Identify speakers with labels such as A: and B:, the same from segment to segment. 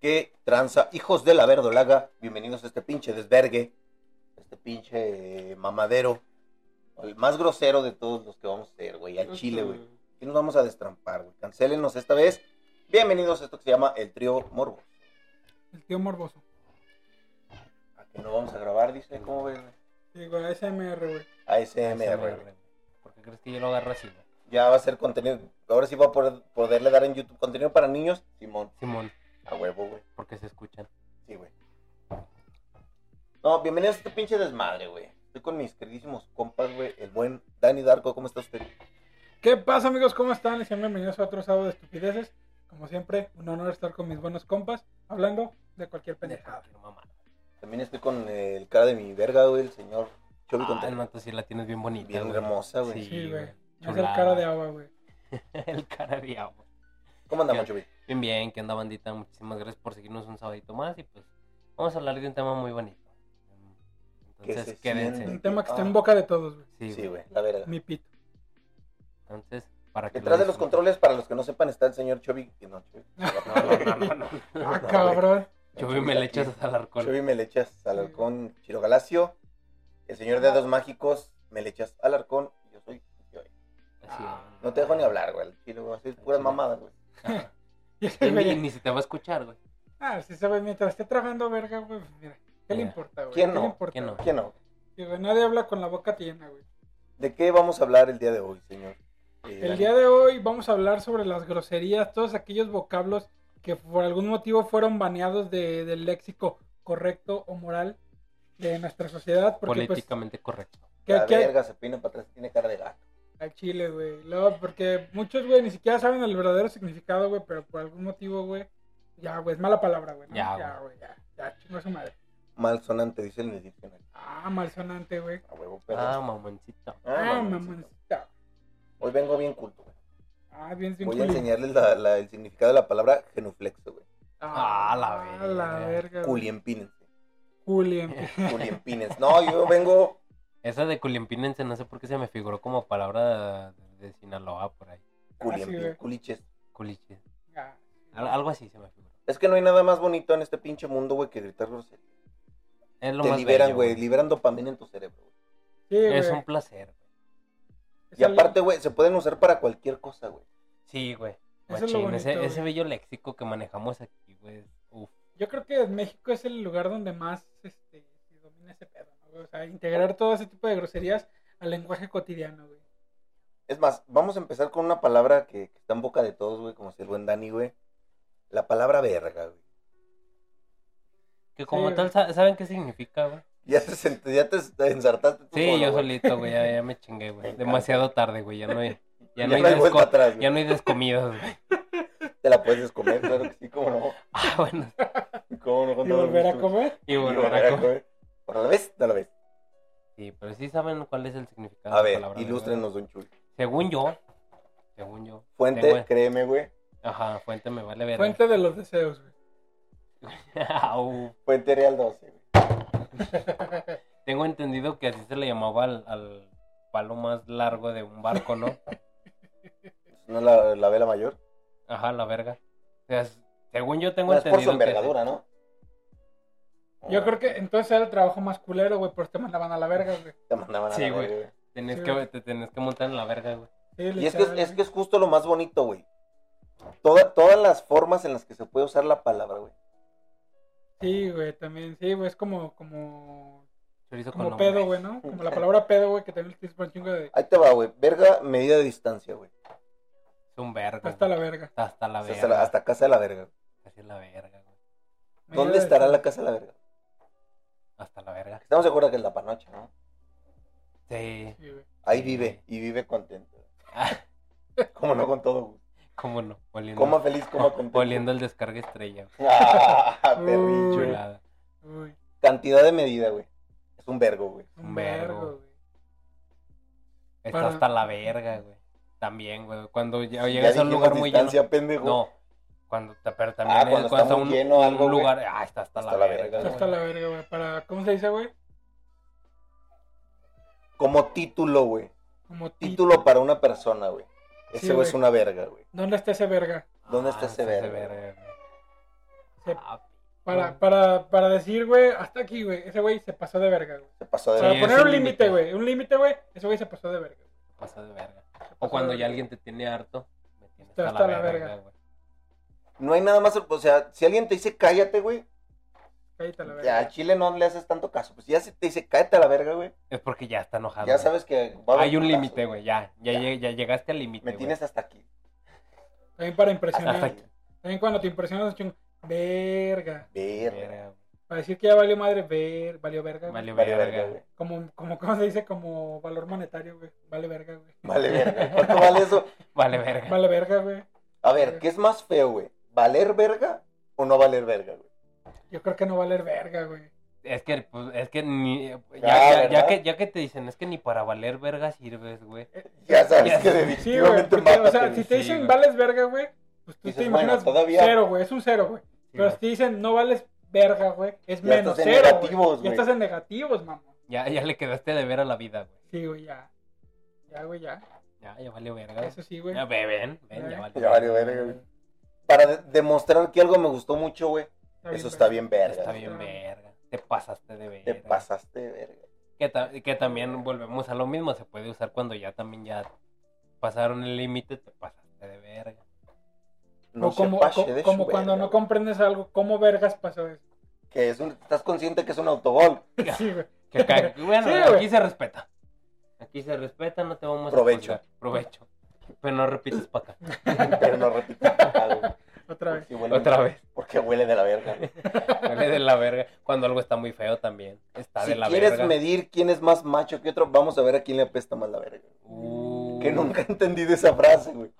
A: ¿Qué tranza? Hijos de la verdolaga, bienvenidos a este pinche desvergue, a este pinche eh, mamadero, el más grosero de todos los que vamos a ser, güey, al chile, güey. Aquí nos vamos a destrampar, güey. Cancélenos esta vez. Bienvenidos a esto que se llama el trío Morbo.
B: El tío morboso.
A: ¿A qué no vamos a grabar, dice? ¿Cómo ves? güey?
B: Digo, ASMR, güey.
A: ASMR, güey.
C: ¿Por qué crees que yo lo agarro así, güey?
A: Ya va a ser contenido. Ahora sí va a poder, poderle dar en YouTube contenido para niños. Simón.
C: Simón,
A: A huevo, güey.
C: porque se escuchan.
A: Sí, güey. No, bienvenidos a este pinche desmadre, güey. Estoy con mis queridísimos compas, güey. El buen Dani Darko, ¿cómo está usted?
B: ¿Qué pasa, amigos? ¿Cómo están? Les sean bienvenidos a otro sábado de estupideces. Como siempre, un honor estar con mis buenos compas hablando de cualquier pendejada.
C: Cualquier mamá.
A: También estoy con eh, el cara de mi verga, güey, el señor Chovy
C: Ah,
A: Contreras.
C: no, tú sí la tienes bien bonita.
A: Bien
C: güey.
A: hermosa, güey.
B: Sí, güey. Es el
C: Chulada.
B: cara de agua, güey.
C: el cara de agua.
A: ¿Cómo andamos,
C: ¿Qué?
A: Chovy?
C: Bien, bien, que anda bandita. Muchísimas gracias por seguirnos un sabadito más y pues vamos a hablar de un tema muy bonito.
A: Que
C: Entonces,
A: se
B: Un
C: quédense.
A: siente.
B: tema que está
A: Ah.
B: en boca de todos, güey.
C: Sí,
A: Sí,
C: güey.
A: güey, la verga.
B: Mi pito.
C: Entonces, para que lo
A: Detrás de los
C: disfruten.
A: controles, para los que no sepan, está el señor Chovy. y No, Chovy.
C: No, no, no, no.
B: Ah,
A: güey.
B: cabrón.
C: Yo me le echas al arcón.
A: Chovy Melechas Alarcón Chiro Galacio. El señor Dedos Mágicos Melechas Alarcón. y Yo soy Chovy.
C: Así, güey.
A: Ah, No te dejo ni hablar, güey. al Chile, güey. Así es pura mamada, güey.
C: Ajá.
B: Y ese
C: Y Ni,
B: güey-
C: ni se te va a escuchar, güey.
B: Ah, si se ve mientras esté tragando verga, güey. pues Mira, ¿qué le
C: Mira.
B: importa, güey?
A: ¿Quién
B: ¿Qué
A: no?
B: le importa?
C: ¿Quién no?
B: güey?
A: ¿Quién no?
B: Sí, güey, nadie habla con la boca llena, güey.
A: ¿De qué vamos a hablar el día de hoy, señor? Eh,
B: El día de hoy vamos a hablar sobre las groserías, todos aquellos vocablos que por algún motivo fueron baneados de- del léxico correcto o moral de nuestra sociedad. Porque pues,
C: Políticamente correcto.
B: que
A: La
B: aquí hay-
A: verga se pina para atrás y tiene cara de gato.
B: al chile, güey. Luego, porque muchos, güey, ni siquiera saben el verdadero significado, güey, pero por algún motivo, güey, ya, güey, es mala palabra, güey. ¿no?
C: Ya,
B: ya, güey, ya, ya, chingó su madre.
A: Malsonante, dice en el diccionario.
B: Ah, malsonante, güey.
A: A huevo, perro.
C: Ah, mamoncito.
B: Ah,
A: mamoncito.
B: mamoncita.
A: Hoy vengo bien culto, güey.
B: Ah, bien, bien
A: Voy a
B: culero.
A: enseñarles la- la- el significado de la palabra genuflexo, güey.
C: Ah, la
B: Ah, la verga. güey.
A: Culiempínense.
B: Culien.
A: Culiempines. No, yo vengo.
C: Esa de culimpinense, no sé por qué se me figuró como palabra de, de Sinaloa por ahí.
B: Así,
A: Culiempines,
B: Ah, güey.
A: culiches.
C: Culiche.
B: Ah,
C: Al- algo así se me figuró.
A: Es que no hay nada más bonito en este pinche mundo, güey, que gritar grosería.
C: Es lo
A: Te
C: más
A: liberan,
C: bello,
A: güey, liberan dopamina en tu cerebro. güey.
B: Sí, güey.
C: Es un placer. güey.
B: Es
A: Y
B: algo-
A: aparte, güey, se pueden usar para cualquier cosa, güey.
C: Sí, güey.
B: Eso es lo
C: Machín,
B: bonito,
C: ese,
B: güey.
C: ese bello léxico que manejamos aquí, güey. Uf.
B: Yo creo que México es el lugar donde más este, se domina ese pedo, ¿no, güey? O sea, integrar todo ese tipo de groserías al lenguaje cotidiano, güey.
A: Es más, vamos a empezar con una palabra que, que está en boca de todos, güey, como si el buen Dani, güey. La palabra verga, güey.
C: Que como
B: Sí,
C: tal,
B: güey.
C: sa- ¿saben qué significa, güey?
A: Ya te, sent- ya te te ensartaste tú
C: Sí,
A: solo,
C: yo
A: güey.
C: solito, güey. Ya, ya me chingué,
A: Me
C: güey.
A: encanta.
C: Demasiado tarde, güey. Ya no hay, ya
A: Ya
C: no hay,
A: no hay vuelta
C: desco-
A: atrás, güey.
C: ya no hay descomidas, güey.
A: Te la puedes comer, claro que sí, cómo no.
C: Ah, bueno.
A: Cómo no, con
B: Y
A: todo
B: volver a
A: gusto.
B: comer.
C: Y
A: Y
C: bueno,
A: volver a
C: ahora-
A: comer. ¿Por la vez? No la vez.
C: Sí, pero sí saben cuál es el significado
A: A
C: de
A: ver,
C: la palabra.
A: ilústrenos, don Chuy.
C: güey. Según yo, según yo.
A: Fuente,
C: Tengo-
A: créeme, güey.
C: Ajá, fuente me vale ver.
B: Fuente de los deseos, güey.
C: Au.
A: Fuente Real 12, güey.
C: Tengo entendido que así se le llamaba al, al palo más largo de un barco, ¿no?
A: ¿No es la, la vela mayor?
C: Ajá, la verga. O sea, s- según yo tengo
A: No, es por su
C: entendido. que-
A: envergadura, ¿no? Ah,
B: Yo creo que entonces era el trabajo más culero, güey, por te mandaban a la verga, güey.
A: Te mandaban a
C: Sí,
A: la
C: güey.
A: verga, güey.
C: Tenías
B: Sí,
C: que,
B: güey.
C: te tenías que montar en la verga, güey.
B: Sí,
A: Y es que, es,
B: literal,
A: es
B: güey.
A: que es justo lo más bonito, güey. Toda- todas las formas en las que se puede usar la palabra, güey.
B: Sí, güey, también. Sí, güey, es como, como,
C: Chorizo con
B: como
C: nombre.
B: pedo, güey, ¿no? Como la palabra pedo, güey, que también utilizas un chingo de
A: Ahí te va, güey. Verga, medida de distancia, güey.
C: Es un verga.
B: hasta
C: güey.
B: la verga.
C: Hasta la
A: O sea,
C: verga.
A: hasta, la- hasta casa de la verga.
C: Así es la verga, güey.
A: ¿Dónde estará la casa de la verga?
C: Hasta la verga.
A: Estamos de acuerdo que es la panocha, ¿no?
C: Sí.
B: Sí, güey.
A: Ahí
C: Sí.
A: vive, y vive contento.
C: Ah,
A: Como no con todo, güey.
C: ¿Cómo no? Oliendo,
A: Coma feliz, coma contento.
C: oliendo el descarga estrella, güey.
A: Ah, perrillo.
B: Uy.
C: Chulada.
B: Uy,
A: Cantidad de medida, güey. Es un vergo, güey.
B: un vergo, güey.
C: Está
B: Para-
C: hasta la verga, güey. También, güey. Cuando ya
A: Ya
C: llegas a un
A: dijimos
C: lugar muy lleno.
A: distancia, pendejo.
C: No, cuando ta- pero también
A: Ah,
C: es-
A: cuando
C: cuando
A: está
C: está
A: muy
C: un,
A: lleno algo,
C: un
A: güey.
C: lugar, ah, está hasta, la, verga.
A: güey.
B: Hasta la verga, güey. Para, ¿cómo se dice, güey?
A: Como título, güey.
B: Como ti-
A: Título para una persona, güey. Ese
B: Sí,
A: güey
B: güey.
A: es una verga, güey.
C: Ah,
B: ¿Dónde está ese verga?
A: ¿Dónde está ese verga?
C: güey? Ah,
B: Sí, Para, para, para decir, güey, hasta aquí, güey, ese güey se pasó de verga, güey.
A: Se pasó de
C: Sí,
B: Para
A: verga.
C: es
B: poner
C: un
B: un límite,
C: límite.
B: güey, un límite, güey, ese güey se pasó de verga.
C: Pasa de verga. O cuando ya alguien te tiene harto, me tiene
B: Está
C: hasta,
B: hasta
C: la
B: la
C: verga,
B: verga.
C: güey.
A: No hay nada más, o sea, si alguien te dice cállate, güey,
B: Cállate a la verga.
A: ya al chile no le haces tanto caso. Pues ya si te dice cállate a la verga, güey,
C: Es porque ya está enojado.
A: ya
C: güey.
A: sabes que va a haber
C: Hay un
A: putazo.
C: límite, güey, ya. Ya,
A: Ya.
C: lleg- ya llegaste al límite,
A: Me
C: güey.
A: tienes hasta aquí.
B: También para
A: Hasta
B: impresionar.
A: aquí.
B: También cuando te impresionas, chingo, verga.
A: Verga.
C: Verga, güey.
B: Para decir que ya valió madre, ver, valió verga. güey.
C: Vale,
A: Vale
C: verga,
A: verga, güey.
C: güey.
B: Como, como, ¿cómo se dice? Como valor monetario, güey. Vale verga, güey.
A: Vale verga. ¿Cuánto vale eso?
C: Vale, verga.
B: Vale verga, güey.
A: A ver, ¿qué es más feo, güey? ¿Valer verga o no valer verga, güey?
B: Yo creo que no valer verga, güey.
C: Es que, pues, es que ni. Ya,
A: Ah,
C: ya- ya
A: ¿verdad?
C: que, ya que te dicen, es que ni para valer verga sirves, güey.
A: Ya sabes
C: Ya
A: que
C: sé.
B: Sí, güey.
A: definitivamente
B: porque,
A: mátate,
B: o sea,
A: güey.
B: si te
C: sí,
B: dicen
C: güey.
B: vales verga, güey, pues tú
A: Dices,
B: te
A: bueno,
B: imaginas
A: todavía-
B: cero, güey. Es un cero, güey.
C: Sí,
B: Pero
C: güey.
B: si te dicen no vales verga, güey, es
A: Ya estás
B: menos
A: en
B: cero. güey.
A: negativos,
B: Ya
A: güey.
B: estás en negativos, mamá.
C: Ya, ya le quedaste de ver a la vida, güey.
B: Sí, güey, ya. Ya, güey, ya.
C: Ya, ya valió verga.
B: Eso sí, güey.
C: Ya, ve, ven, ven, ya
B: Ya
C: valió
A: Ya valió verga, güey. Para de- demostrar que algo me gustó mucho, güey, eso está
B: verga.
A: bien verga.
C: Está
A: güey.
C: bien, verga. Te pasaste de verga.
A: Te pasaste de verga.
C: Que, ta- que también volvemos a lo mismo. Se puede usar cuando ya también ya pasaron el límite, te pasaste de verga.
A: No
B: o
A: se
B: como,
A: pase
B: co-
A: de su
B: como cuando
A: verga,
B: no
A: güey.
B: comprendes algo, ¿cómo vergas pasó eso?
A: Que es un- estás consciente que es un autogol.
B: Sí, güey.
C: Que ca- bueno,
B: Sí,
C: aquí
B: güey.
C: se respeta. Aquí se respeta, no te vamos
A: Provecho.
C: a expulsar. Provecho. Pero no repites para acá.
A: Pero no repitas acá, güey.
B: Otra vez.
A: Porque huele-
C: Otra vez.
A: Porque huele de la verga. güey.
C: Huele de la verga. Cuando algo está muy feo también. Está
A: Si
C: de la
A: quieres
C: verga.
A: medir quién es más macho que otro, vamos a ver a quién le apesta más la verga.
C: Uh,
A: Que nunca he entendido esa frase, güey.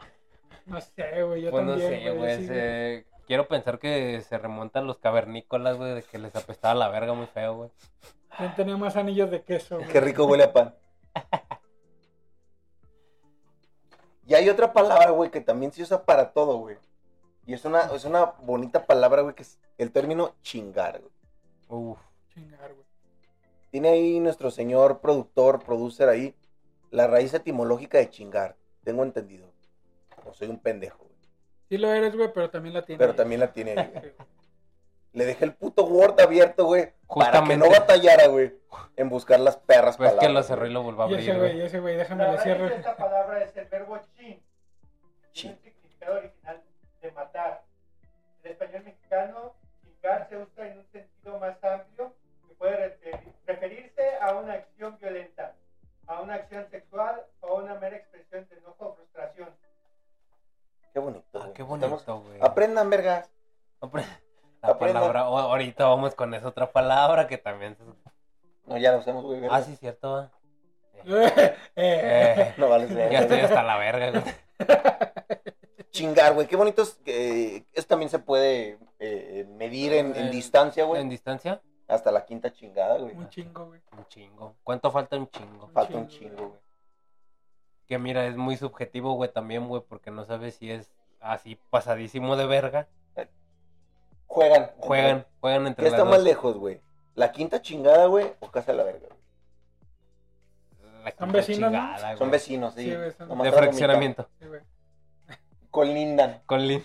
B: No sé, güey. Yo
C: Pues no
B: también.
C: sé, güey.
B: sí,
C: se- Quiero pensar que se remontan los cavernícolas, güey, de que les apestaba la verga muy feo, güey.
B: ¿Quién tenía más anillos de queso? güey?
A: Qué rico huele a pan. Y hay otra palabra, güey, que también se usa para todo, güey. Y es una, es una bonita palabra, güey, que es el término chingar, güey.
C: Uf.
B: Chingar, güey.
A: Tiene ahí nuestro señor productor, producer ahí, la raíz etimológica de chingar. Tengo entendido. O soy un pendejo, güey.
B: Sí lo eres, güey, pero también la tienes.
A: Pero también la tiene ahí, güey.
B: Sí, güey.
A: Le dejé el puto Word abierto, güey. Para que
C: Justamente.
A: no batallara, güey. En buscar las perras
C: Pues que lo
A: palabras,
C: cerré
A: güey.
C: y lo volví a
B: Y
C: abrir,
B: ese
C: güey.
B: güey, ese güey, déjame
D: La
B: le
D: raíz de
B: cierro. Eh,
D: esta palabra es el verbo chin.
A: Chin.
D: Tiene un significado original de matar. En español mexicano, chingar se usa en un sentido más amplio que puede referir- referirse a una acción violenta, a una acción sexual o a una mera expresión de enojo o frustración.
A: Qué bonito.
C: Ah,
A: güey.
C: qué
A: Estamos-
C: bonito, güey.
A: Aprendan, vergas.
C: Apre- La
A: Aprenda.
C: palabra, o- ahorita vamos con esa otra palabra que también. se-
A: No, ya lo usamos, güey. verga.
C: Ah, sí, cierto, va.
B: Eh,
C: Eh,
A: No vales
C: ya
A: verga.
C: estoy hasta la verga, güey.
A: Chingar, güey. Qué bonito es que eh, eso también se puede eh, medir en, en
C: En-
A: distancia,
C: ¿En
A: güey.
C: distancia?
A: Hasta la quinta chingada, güey.
B: un chingo, güey.
C: Un chingo. ¿Cuánto falta un chingo?
A: Falta un
B: chingo,
A: chingo, güey.
C: Que mira, es muy subjetivo, güey, también, güey, porque no sabes si es así pasadísimo de verga.
A: Juegan.
C: Juegan, juegan entre
A: ¿Qué está
C: las
A: más
C: dos.
A: lejos, güey? ¿La quinta chingada, güey? ¿O casa de la verga? güey?
C: La
B: Son
C: quinta
B: vecinos, ¿no?
C: chingada,
A: Son
C: Ah, güey.
A: vecinos, sí.
B: Sí, güey, son-
A: Nomás
C: De
A: están a la
C: fraccionamiento.
B: Sí, güey.
A: mitad. Colindan.
C: Con Lin.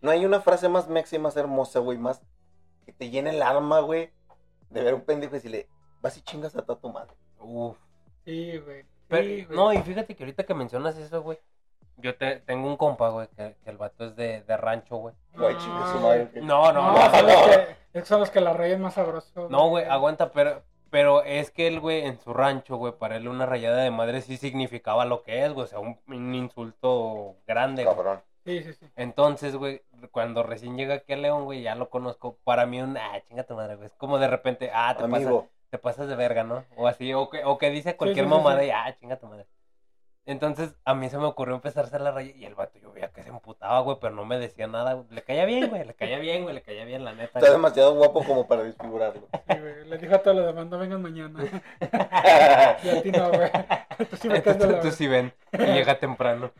A: No hay una frase más mexa y más hermosa, güey. Más que te llene el alma, güey. De ver un pendejo y decirle, vas y chingas a toda tu madre.
C: Uf.
B: Sí, güey. Sí,
C: Pero-
B: güey.
C: no, y fíjate que ahorita que mencionas eso, güey. Yo te- tengo un compa, güey, que, que el vato es de, de rancho, güey.
A: Güey,
B: No,
A: chingas su madre. güey.
C: No,
B: No,
C: no, no.
B: son
A: Eh, no.
B: los que- esos son los que la rayen más sabroso.
C: No, güey, aguanta, pero, pero es que el güey en su rancho, güey, para él una rayada de madre sí significaba lo que es, güey, o sea, un, un insulto grande. güey.
A: Cabrón.
B: Sí, sí, sí.
C: Entonces, güey, cuando recién llega aquí a León, güey, ya lo conozco, para mí un, ah, chinga tu madre, güey, es como de repente, ah, te, pasas,
A: Amigo.
C: te pasas de verga, ¿no? O así, o que, o que dice cualquier
B: sí, sí,
C: mamada
B: sí.
C: y, ah, chinga tu madre. Entonces, a mí se me ocurrió empezarse la raya y el vato, yo veía que se emputaba, güey, pero no me decía nada, güey. Le caía bien, güey, le caía bien, güey, le caía bien, la neta.
A: Está
C: güey.
A: demasiado guapo como para desfigurarlo.
B: sí, güey. Les dijo a todos los demás, no vengan mañana. Y a ti no, güey. Tú sí me caes de la
C: Tú
B: verga.
C: sí ven, y llega temprano.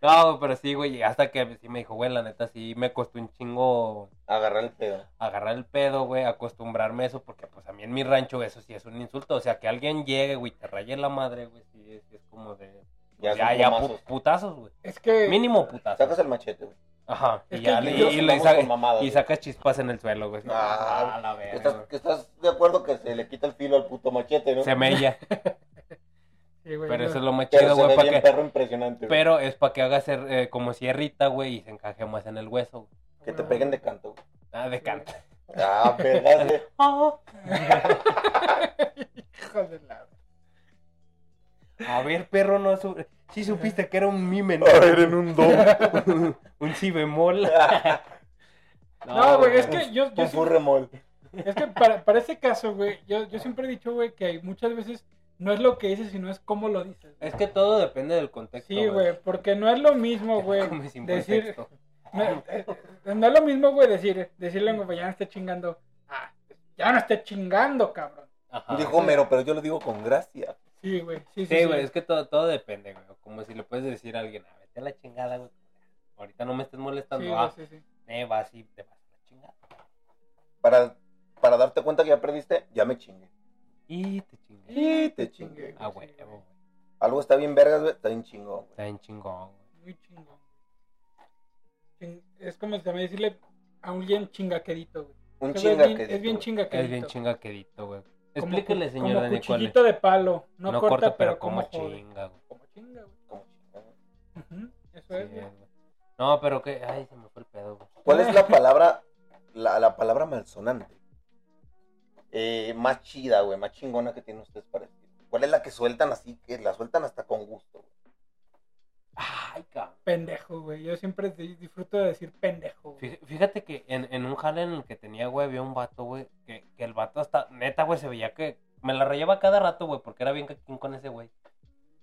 C: No, güey, pero sí, güey, hasta que sí me dijo, güey, la neta sí me costó un chingo
A: Agarrar el pedo.
C: agarrar el pedo, güey, acostumbrarme a eso, porque pues a mí en mi rancho eso sí es un insulto, o sea, que alguien llegue, güey, te raye la madre, güey, sí es, es como de,
A: Ya,
C: Ya,
A: son
C: ya, pu-
A: plomazos.
C: putazos, güey.
B: Es que.
C: Mínimo putazos.
A: Sacas el machete, güey.
C: Ajá.
B: Es
C: Y,
B: que
C: ya,
B: yo-
C: le-
B: yo-
C: y, le
A: vamos
C: saca-
A: con mamadas,
C: y
A: güey.
C: sacas chispas en el suelo, güey.
A: Ah,
C: Ah, la verga,
A: ¿Estás,
C: güey.
A: que estás de acuerdo que se le quita el filo al puto machete, ¿no?
C: Se mella.
B: sí, güey, no.
C: Pero eso es lo más
A: Pero
C: chido,
A: se ve
C: güey.
A: bien
C: Para que...
A: perro impresionante, güey.
C: Pero es para que haga ser eh, como sierrita, güey, y se encaje más en el hueso. güey.
A: Que te peguen de canto, güey.
C: Ah, de canto.
A: Ah, verdad, güey.
B: Oh. Hijos de la-
C: A ver, perro, no su... Sí supiste que era un mime, ¿no?
A: un
C: un... si bemol.
B: No, güey, es que yo, yo
A: Un
B: sí-
A: furremol.
B: es que para, para ese caso, güey, yo, yo siempre he dicho, güey, que hay muchas veces no es lo que dices, sino es cómo lo dices.
C: Es que todo depende del contexto,
B: Sí, güey, porque no es lo mismo, güey,
C: Come sin
B: decir,
C: pretexto.
B: No, eh, eh, no es lo mismo, güey, decir, decirle a un compañero, ya no esté chingando. Ah, ya no esté chingando, cabrón.
C: Ajá.
A: Dijo Homero, pero yo lo digo con gracia.
B: Sí, güey, sí, sí.
C: Sí,
B: sí.
C: güey, es que todo, todo depende, güey. Como si le puedes decir a alguien, ah, vete a la chingada, güey. Ahorita no me estés molestando.
B: Sí,
C: ah,
B: güey, sí, sí.
C: eh, vas y te vas a la chingada.
A: Para, para darte cuenta que ya perdiste, ya me chingué.
C: Y te chingas.
A: Y te chingué.
C: Ah,
B: Sí,
C: güey, güey.
A: Algo está bien vergas, güey. Está bien chingón, güey.
C: Está bien chingón, güey.
B: Muy chingón. Ching- Es como también decirle a alguien chingaquerito, güey.
A: Un
B: Ese güey
A: chinga
B: es bien,
A: que
B: es bien chingaquerito.
C: Es bien chingaquedito, güey.
B: Como
C: Explíquele,
B: cu-
C: señor
B: Como
C: Dani, cuál es.
B: cuchillito de palo. No,
C: No,
B: corta, pero como
C: como
B: jode.
C: chinga, güey.
B: Como chinga, güey.
A: Como chingón.
B: Ujú, Eso
C: Sí, eh.
B: es, güey.
C: güey. No, pero que. Ay, se me fue el pedo, güey.
A: ¿Cuál es la palabra, la, la palabra malsonante? Eh, más chida, güey, más chingona que tienen ustedes para decir. ¿Cuál es la que sueltan así, que la sueltan hasta con gusto?
B: Ah.
A: güey?
C: Ay, cabrón.
B: Pendejo, güey. Yo siempre di- disfruto de decir pendejo, güey.
C: Fí- Fíjate que en, en un jale en el que tenía, güey, había un vato, güey, que, que el vato hasta, neta, güey, se veía que me la rayaba cada rato, güey, porque era bien caquín con ese güey.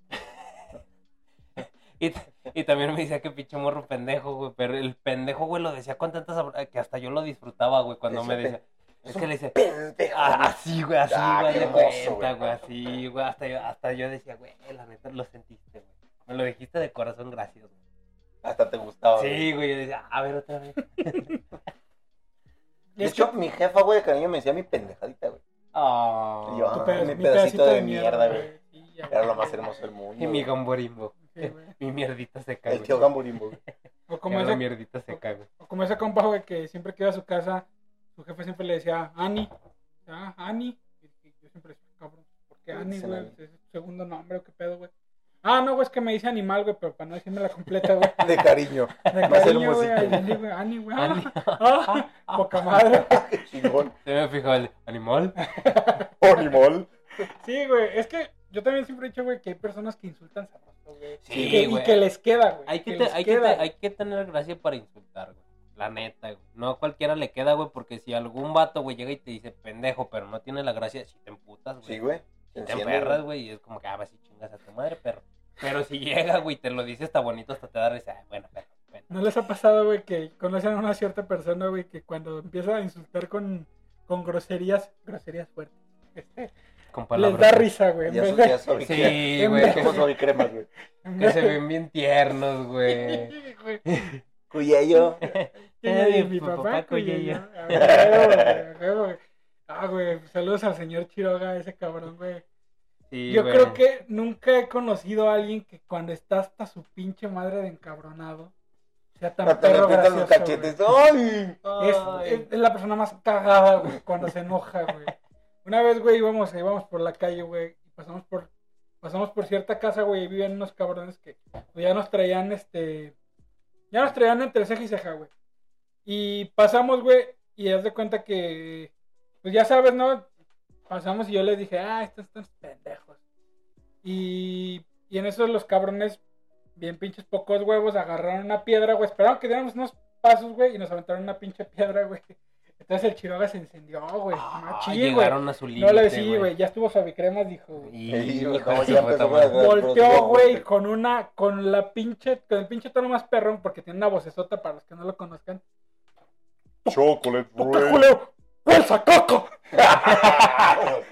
C: y, t- y también me decía que pinche morro pendejo, güey, pero el pendejo, güey, lo decía con tanta sabor, que hasta yo lo disfrutaba, güey, cuando me
A: Decía,
C: decía. Es que le decía,
A: ¡Pendejo!
C: Ah, así, güey, así,
A: Ah,
C: güey,
A: qué
C: de
A: hermoso,
C: cuenta,
A: güey.
C: güey, así, güey, hasta yo, hasta yo decía, güey, la neta lo sentiste, güey. Me lo dijiste de corazón, gracias, güey.
A: Hasta te gustaba. güey.
C: Sí, güey, yo decía, a ver otra vez.
A: De hecho, mi jefa, güey, de cariño me decía mi pendejadita, güey.
C: Ah.
A: Y yo,
B: Tu
A: ah,
B: pedazo-
A: mi pedacito de mierda, güey.
B: Sí, ya,
A: Era lo más hermoso del mundo.
C: y
A: güey.
C: mi gamborimbo,
B: Sí, güey.
C: mi mierdita seca,
A: El
C: güey.
A: tío Gamburimbo, güey.
B: O como,
C: Como la
B: ese,
C: mierdita seca, güey.
B: o como ese compa, güey, que siempre que iba a su casa, su jefe siempre le decía, Ani, ah, Ani. Y, y yo siempre decía, cabrón, ¿por qué Ani,
A: Dicen
B: güey?
A: Ani.
B: Es su segundo nombre, o qué pedo, güey. Ah, no, güey, es que me dice animal, güey, pero para no decirme la completa, güey.
A: De cariño.
B: De
A: Más
B: cariño, güey,
A: hermosito.
B: ahí sí, güey, Ani, güey. ah,
C: Ani-
B: ah, poca madre.
A: Qué chingón.
C: Se me fijó el animal.
A: Onimol.
B: Sí, güey, es que yo también siempre he dicho, güey, que hay personas que insultan sabroso, güey.
A: Sí,
B: y, que, y que les queda, güey.
C: Hay que, te-
B: les
C: hay, que
B: queda,
C: te- hay que tener gracia para insultar, güey. La neta, güey. No a cualquiera le queda, güey, porque si algún vato, güey, llega y te dice pendejo, pero no tiene la gracia, si te emputas, güey.
A: Sí, güey.
C: Y te
A: Enciende,
C: emperras, güey, y es como que, ah, vas y chingas a tu madre, perro. Pero si llega, güey, te lo dice, está bonito, hasta te da risa. "Ah, Bueno, perro, bueno.
B: ¿No les ha pasado, güey, que conocen a una cierta persona, güey, que cuando empieza a insultar con, con groserías, groserías fuertes, este,
C: Con
B: les
C: palabras.
B: da risa, güey. En
A: Ya,
B: vez
A: so-
B: de-
A: ya soy sí.
C: Sí,
B: En
C: güey,
B: vez
C: que,
A: Somos hoy cremas, güey.
B: en
C: que
B: vez
C: se
B: de-
C: ven bien tiernos, güey.
A: eh,
B: Güey,
A: Cuyello.
B: y
C: Eh,
B: mi
C: tu
B: papá,
C: papá,
B: güey,
C: cuyo
B: yo. A huevo, güey, a huevo, güey. Ah, güey, saludos al señor Chiroga, ese cabrón, güey.
C: Sí,
B: Yo
C: güey.
B: creo que nunca he conocido a alguien que cuando está hasta su pinche madre de encabronado, sea tan
A: Hasta le
B: perro
A: pitan los
B: gracioso, güey.
A: cachetes. ¡Ay!
B: Es,
C: Ay.
B: es- es la persona más cagada, güey, cuando se enoja, güey. Una vez, güey, íbamos, íbamos por la calle, güey, y pasamos por, pasamos por cierta casa, güey, y vivían unos cabrones que pues, ya nos traían, este, ya nos traían entre ceja y ceja, güey. Y pasamos, güey, y haz de cuenta que, pues ya sabes, ¿no? Pasamos y yo les dije, ah, estos están pendejos. Y, y en esos los cabrones, bien pinches pocos huevos, agarraron una piedra, güey, esperaron que diéramos unos pasos, güey, y nos aventaron una pinche piedra, güey. Entonces el Chiroga se encendió, güey.
C: Ah,
B: machín, güey.
C: llegaron a su límite,
B: No le sí, güey, ya estuvo suavicremas, dijo. güey.
C: Y,
A: Sí, güey,
C: hijo
A: como
C: de
A: ya
C: su
A: empezó,
C: puta
A: güey.
C: madre.
B: Volteó, güey, con una, con la pinche, con el pinche tono más perrón, porque tiene una vocesota para los que no lo conozcan.
A: Chocolate
B: ¡Puta, Julio! ¡Fuerza, coco!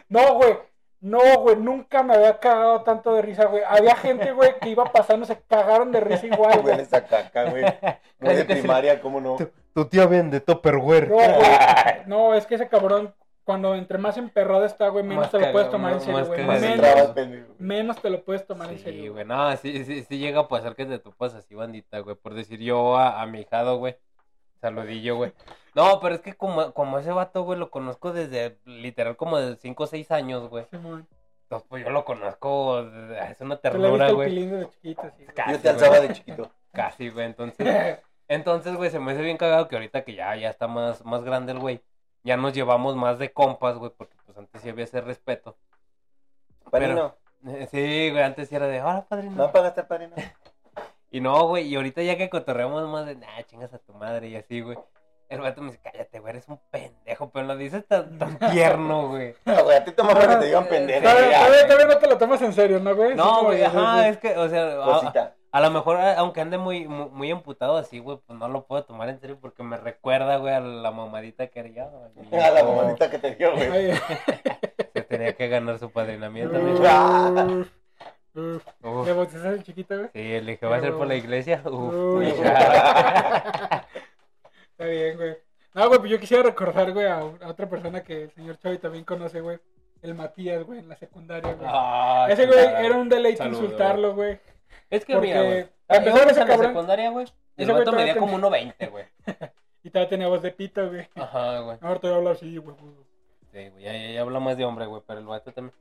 B: No, güey. No, güey, nunca me había cagado tanto de risa, güey. Había gente, güey, que iba pasando, se cagaron de risa igual,
A: Huele
B: güey.
A: esa caca, güey. Muy de
C: Casi, casi.
A: primaria, ¿cómo no?
C: Tu tía vende Topperware.
B: No, güey. No, es que ese cabrón, cuando entre más emperrado está, güey, menos
C: Más
B: te lo puedes
C: cagado,
B: tomar en serio,
C: más
B: güey.
C: cagado.
A: Más
C: Menos.
A: entrabas, pendejo.
B: Menos te lo puedes tomar en
C: Sí,
B: serio.
C: güey, no, sí, sí, sí llega a pasar que te topas así, bandita, güey, por decir yo a, a mi hijado, güey, saludillo, güey. No, pero es que como, como ese vato, güey, lo conozco desde, literal, como de 5 o 6 años, güey.
B: Simón.
C: Entonces, pues yo lo conozco, es una
B: Tú le viste
C: ternura,
B: el
C: güey,
B: pilín desde chiquito, así, güey.
C: Casi,
A: Yo te alzaba
C: güey.
A: de chiquito.
C: casi, güey, entonces... Entonces, güey, se me hace bien cagado que ahorita que ya, ya está más, más grande el güey, ya nos llevamos más de compas, güey, porque pues antes sí había ese respeto.
A: Padrino,
C: Eh, Sí, güey, antes sí era de, hola, padrino.
A: no pagaste al padrino.
C: Y no, güey, y ahorita ya que cotorreamos más de, nah, chingas a tu madre y así, güey. El vato me dice, cállate, güey, eres un pendejo, pero lo dices tan, tan tierno, güey.
A: No, güey, a ti te mama que te digan pendejo.
B: Todavía-
C: Ah,
A: ya,
B: Todavía
A: güey.
B: todavía no te lo tomas en serio, ¿no, güey?
C: No, güey, ajá, es que, o sea, a- a,
A: Cosita.
C: a lo mejor, a- aunque ande muy, muy, muy emputado así, güey, pues no lo puedo tomar en serio porque me recuerda, güey, a la mamadita que era yo. güey.
A: A la mamadita que te dio, güey.
C: Se tenía que ganar su padrinamiento. le dije,
B: Le
C: "Uf".
B: botas el chiquito, güey.
C: Sí, le dije, ¿va a ser por la iglesia? Uf.
B: Uy. Está bien, güey. No, güey, pues yo quisiera recordar, güey, a, a otra persona que el señor Chavi también conoce, güey. El Matías, güey, en la secundaria, güey.
C: Ah,
B: Ese güey
C: chulada.
B: era un deleite
C: Saludo,
B: insultarlo, güey.
C: Es que
B: Porque
C: mira, güey.
B: para empezar,
C: íbamos
B: ese
C: a la
B: cabrón-
C: secundaria, güey. El
B: ese güey
C: vato
B: todavía
C: medía como
B: tenía-
C: 1.20, güey.
B: Y todavía tenía voz de pito, güey.
C: Ajá, güey.
B: Ahora te voy a hablar así, güey. güey.
C: Sí, güey. Ya, ya, ya habla más de hombre, güey. Pero el vato también.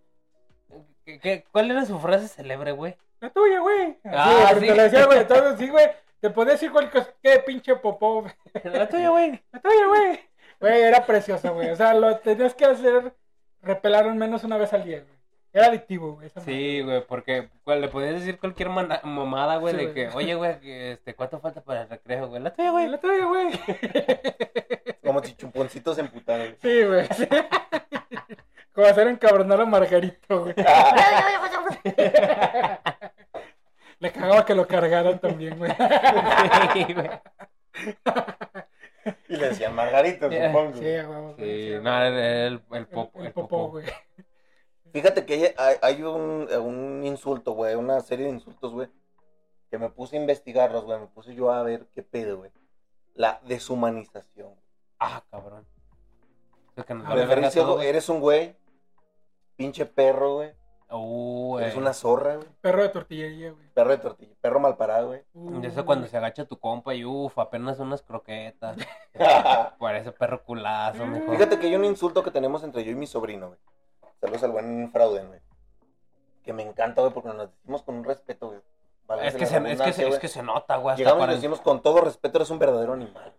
C: ¿Qué, qué- cuál era su frase célebre, güey?
B: La tuya, güey. Así,
C: Ah,
B: pero
C: sí.
B: Te lo decía, güey. Entonces, sí, güey. Te podía decir cualquier cosa. Qué pinche popó, güey.
C: La tuya, güey.
B: La tuya, güey. Güey, era precioso, güey. O sea, lo tenías que hacer repelar al menos una vez al día, güey. Era adictivo, güey. esa madre.
C: Sí, güey, porque güey, le podías decir cualquier mana- mamada, güey,
B: Sí,
C: de
B: güey.
C: que, oye, güey, que, este, ¿cuánto falta para el recreo, güey? La tuya, güey.
B: La tuya, güey.
A: Como chichumponcitos emputados. güey.
B: Sí, güey. sí. Como hacer encabronar a Margarito, güey. Le cagaba que lo cargaran también, güey.
C: Sí, güey.
A: Y le decían Margarito,
C: Ya,
A: supongo.
B: Sí, vamos.
C: Sí, no, el, el, el popo.
B: El,
C: el
B: popó,
C: popó.
B: güey.
A: Fíjate que hay- hay, hay un, un insulto, güey, una serie de insultos, güey, que me puse a investigarlos, güey, me puse yo a ver qué pedo, güey. La deshumanización.
C: Ah, cabrón. Eso que nos
B: A
C: vale
B: ver,
C: verga
A: Referencia,
C: todo,
A: güey,
C: güey.
A: eres un güey, pinche perro, güey,
C: Uh,
A: eres
C: güey.
A: una zorra, güey,
B: Perro de tortillería, güey.
A: perro de tortilla, perro mal parado, güey.
B: Uh,
C: Eso cuando se agacha tu compa y uff, apenas unas croquetas. Parece perro culazo, mejor.
A: Fíjate que hay un insulto que tenemos entre yo y mi sobrino, güey. Saludos al buen Frauden, güey. Que me encanta, güey, porque nos decimos con un respeto, güey. Válgase
C: es, que
A: la
C: se, es, que
A: redundancia,
C: se, es
A: güey.
C: que se nota, güey. Hasta,
A: Llegamos y
C: para-
A: le decimos con todo respeto, eres un verdadero animal.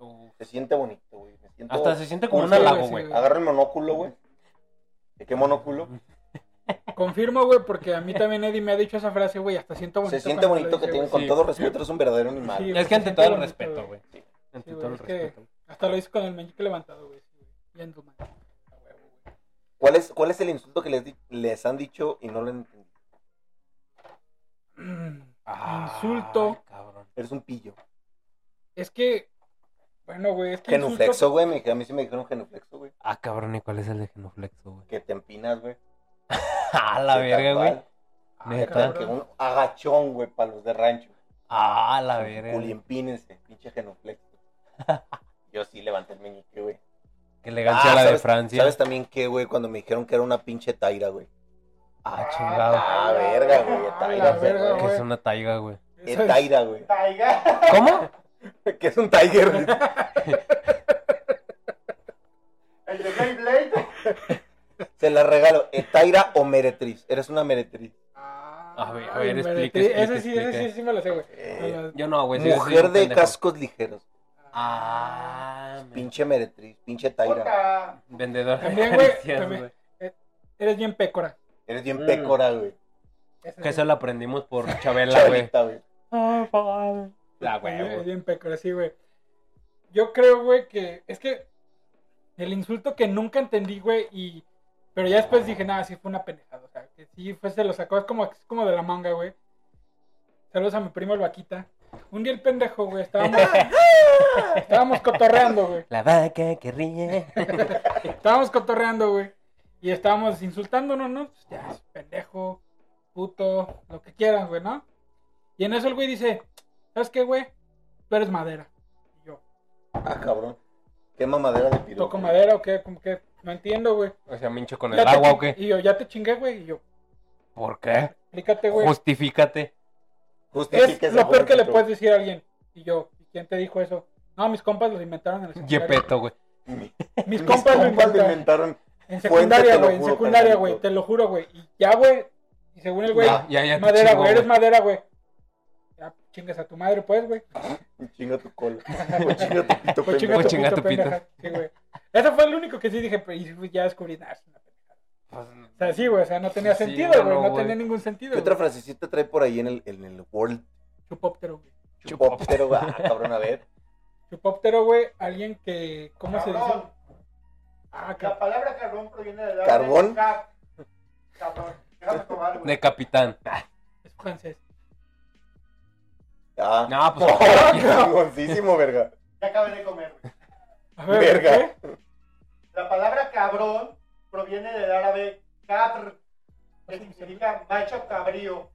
C: Uf.
A: Se siente bonito, güey. Me siento...
C: Hasta se siente como un
A: Sí, güey,
C: halago,
B: sí,
C: güey.
B: güey.
A: Agarra el monóculo, güey. ¿De qué monóculo?
B: Confirmo, güey, porque a mí también Eddie me ha dicho esa frase, güey. Hasta siento bonito.
A: Se siente
B: cuando lo
A: bonito que
B: dice,
A: tienen
B: güey.
A: con
C: Sí.
A: todo respeto, eres un verdadero animal.
B: Sí, güey.
C: Es que ante
B: se
C: todo
B: siente
C: el
B: bonito,
C: respeto,
B: güey.
C: güey. Ante
B: güey,
C: todo el
B: es que-
C: respeto.
B: Hasta lo dice con el meñique levantado, güey. sí, güey. Bien, tu madre. A huevo, güey.
A: ¿Cuál, es, ¿Cuál es el insulto que les, di- les han dicho y no lo han entendido?
B: Mm.
C: Ah,
B: Insulto.
C: cabrón.
A: Eres un pillo.
B: Es que. Bueno, güey, es que. insulto-
A: Genuflexo, güey. me- A mí sí me dijeron genuflexo, güey.
C: Ah, cabrón, ¿y cuál es el de genuflexo, güey?
A: Que te empinas, güey.
C: Ah, la
A: Sí, tal
C: verga,
A: cual. Ah,
C: güey.
B: Ay,
C: Neta.
A: Como que
B: cabrón.
A: un agachón, güey, para los de rancho.
C: Ah, la verga.
A: Culiempínense, pinche genuflexo. Yo sí levanté el meñique, güey.
C: Qué elegancia la de
A: Ah, ¿sabes-
C: Francia.
A: ¿Sabes también qué, güey? Cuando me dijeron que era una pinche taira, güey.
C: Ah, chingado.
A: Ah, verga, güey.
B: Ah,
A: Taira,
B: la verga,
A: güey.
C: Que es
B: güey.
C: una taiga, güey.
A: ¿Qué
B: Eso
A: E
B: es-
A: taira, güey?
D: Taiga.
C: ¿Cómo?
A: Que es un tiger.
D: El de Beyblade.
A: Se la regalo. Etaira o meretriz. Eres una meretriz.
B: Ah,
C: A ver, a ver,
B: me
C: explica,
B: detri-
C: explica,
B: Ese sí, ese sí,
C: explica.
B: sí me lo sé, güey.
A: Eh,
B: A la-
C: Yo no, güey. Pues sí, yo soy
A: Mujer
C: un
A: de
C: pendejo.
A: cascos ligeros.
C: Ah, me-
A: Pinche meretriz. Pinche Taira.
D: Puta.
C: vendedor de
B: También, güey,
C: caricias,
B: también.
C: güey.
B: Eres bien pécora.
A: Eres bien
C: Mm.
A: pécora, güey.
B: Ese
C: Que
B: sí.
C: eso lo aprendimos por Chabela, güey.
A: Chavita, güey.
B: Ah,
C: La
B: Es bien- es
C: güey.
B: bien pécora, sí, güey. Yo creo, güey, que es que el insulto que nunca entendí, güey, y pero ya después dije, nada, sí fue una pendejada, o sea, que sí fue, se lo sacó, es como, es como de la manga, güey. Saludos a mi primo el vaquita. Un día el pendejo, güey, estábamos, estábamos cotorreando, güey.
C: La vaca que ríe.
B: Estábamos cotorreando, güey. Y estábamos insultándonos, ¿no? Pues ya, es pendejo, puto, lo que quieran, güey, ¿no? Y en eso el güey dice, ¿sabes qué, güey? Tú eres madera. Y yo,
A: Ah, cabrón. Qué mamadera de piro.
B: ¿toco
A: güey.
B: madera o qué? ¿Cómo qué? No entiendo, güey.
C: O sea, mincho con
B: Ya
C: el
B: te
C: agua
B: chin-
C: o qué.
B: Y yo, ya te chingué, güey. Y yo,
C: ¿Por qué?
B: explícate, güey.
C: Justifícate.
B: Es lo peor que le puedes
A: puedes
B: decir a alguien. Y yo, ¿y quién te dijo eso? No, mis compas los inventaron en el secundaria.
C: Yepeto, güey.
B: Mis compas lo inventaron.
A: inventaron. Fuente, te
B: En secundaria,
A: lo
B: güey, en
A: juro,
B: secundaria,
A: carnalito.
B: güey, te lo juro, güey. Y ya, güey, y según el güey,
C: Ya, ya, ya te
B: madera,
C: chingo,
B: güey, eres
C: güey.
B: madera, güey. Ya chingas a tu madre, pues, güey.
A: Y Chinga tu cola. O chinga tu pito. pendejo.
B: Pues chingas
C: Pues chinga
B: tu pito,
C: tu pito.
B: pendeja. Sí, güey. Eso fue lo único que sí dije, pero y pues, ya descubrí, nada, es una pendejada.
C: Pues,
B: O sea, sí, güey, o sea, no tenía
C: Sí,
B: sentido,
C: bueno,
B: güey, no
C: güey.
B: tenía ningún sentido.
A: ¿Qué
B: güey.
A: otra frasecita trae por ahí en el, en el World
B: Chupóptero, güey.
A: Chupóptero? Ah, cabrón, a ver.
B: Chupóptero, güey, alguien que, ¿cómo se dice?
D: Cabrón.
B: Ah,
D: La
B: cabrón.
D: palabra carbón proviene del árabe
A: ¿Carbón?
D: cap. Cabrón. Déjame tomar, güey.
C: De capitán.
B: es francés.
A: Ah.
C: No, pues.
A: Ah, cabroncísimo, verga.
D: Ya acabé de comer, güey.
B: A ver,
A: Verga.
B: ¿qué?
D: La palabra cabrón proviene del árabe cabr, que significa macho cabrío.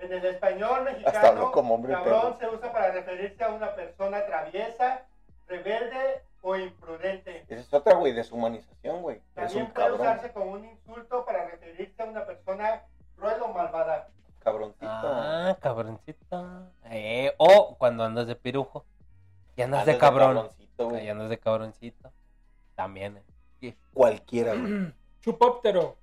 D: En el español
A: Hasta habló
D: mexicano,
A: como hombre,
D: cabrón se usa para referirse a una persona traviesa, rebelde o imprudente.
A: Esa es otra, güey, deshumanización, güey. Es un
D: También puede
A: cabrón.
D: usarse como un insulto para referirse a una persona cruel o malvada.
A: Cabroncito.
C: Ah, cabroncito. Eh, o cuando andas de pirujo. Y andas, de cabrón.
A: cabroncito, güey.
C: Y andas de cabroncito. También, eh.
A: Cualquiera, güey.
B: Chupóptero.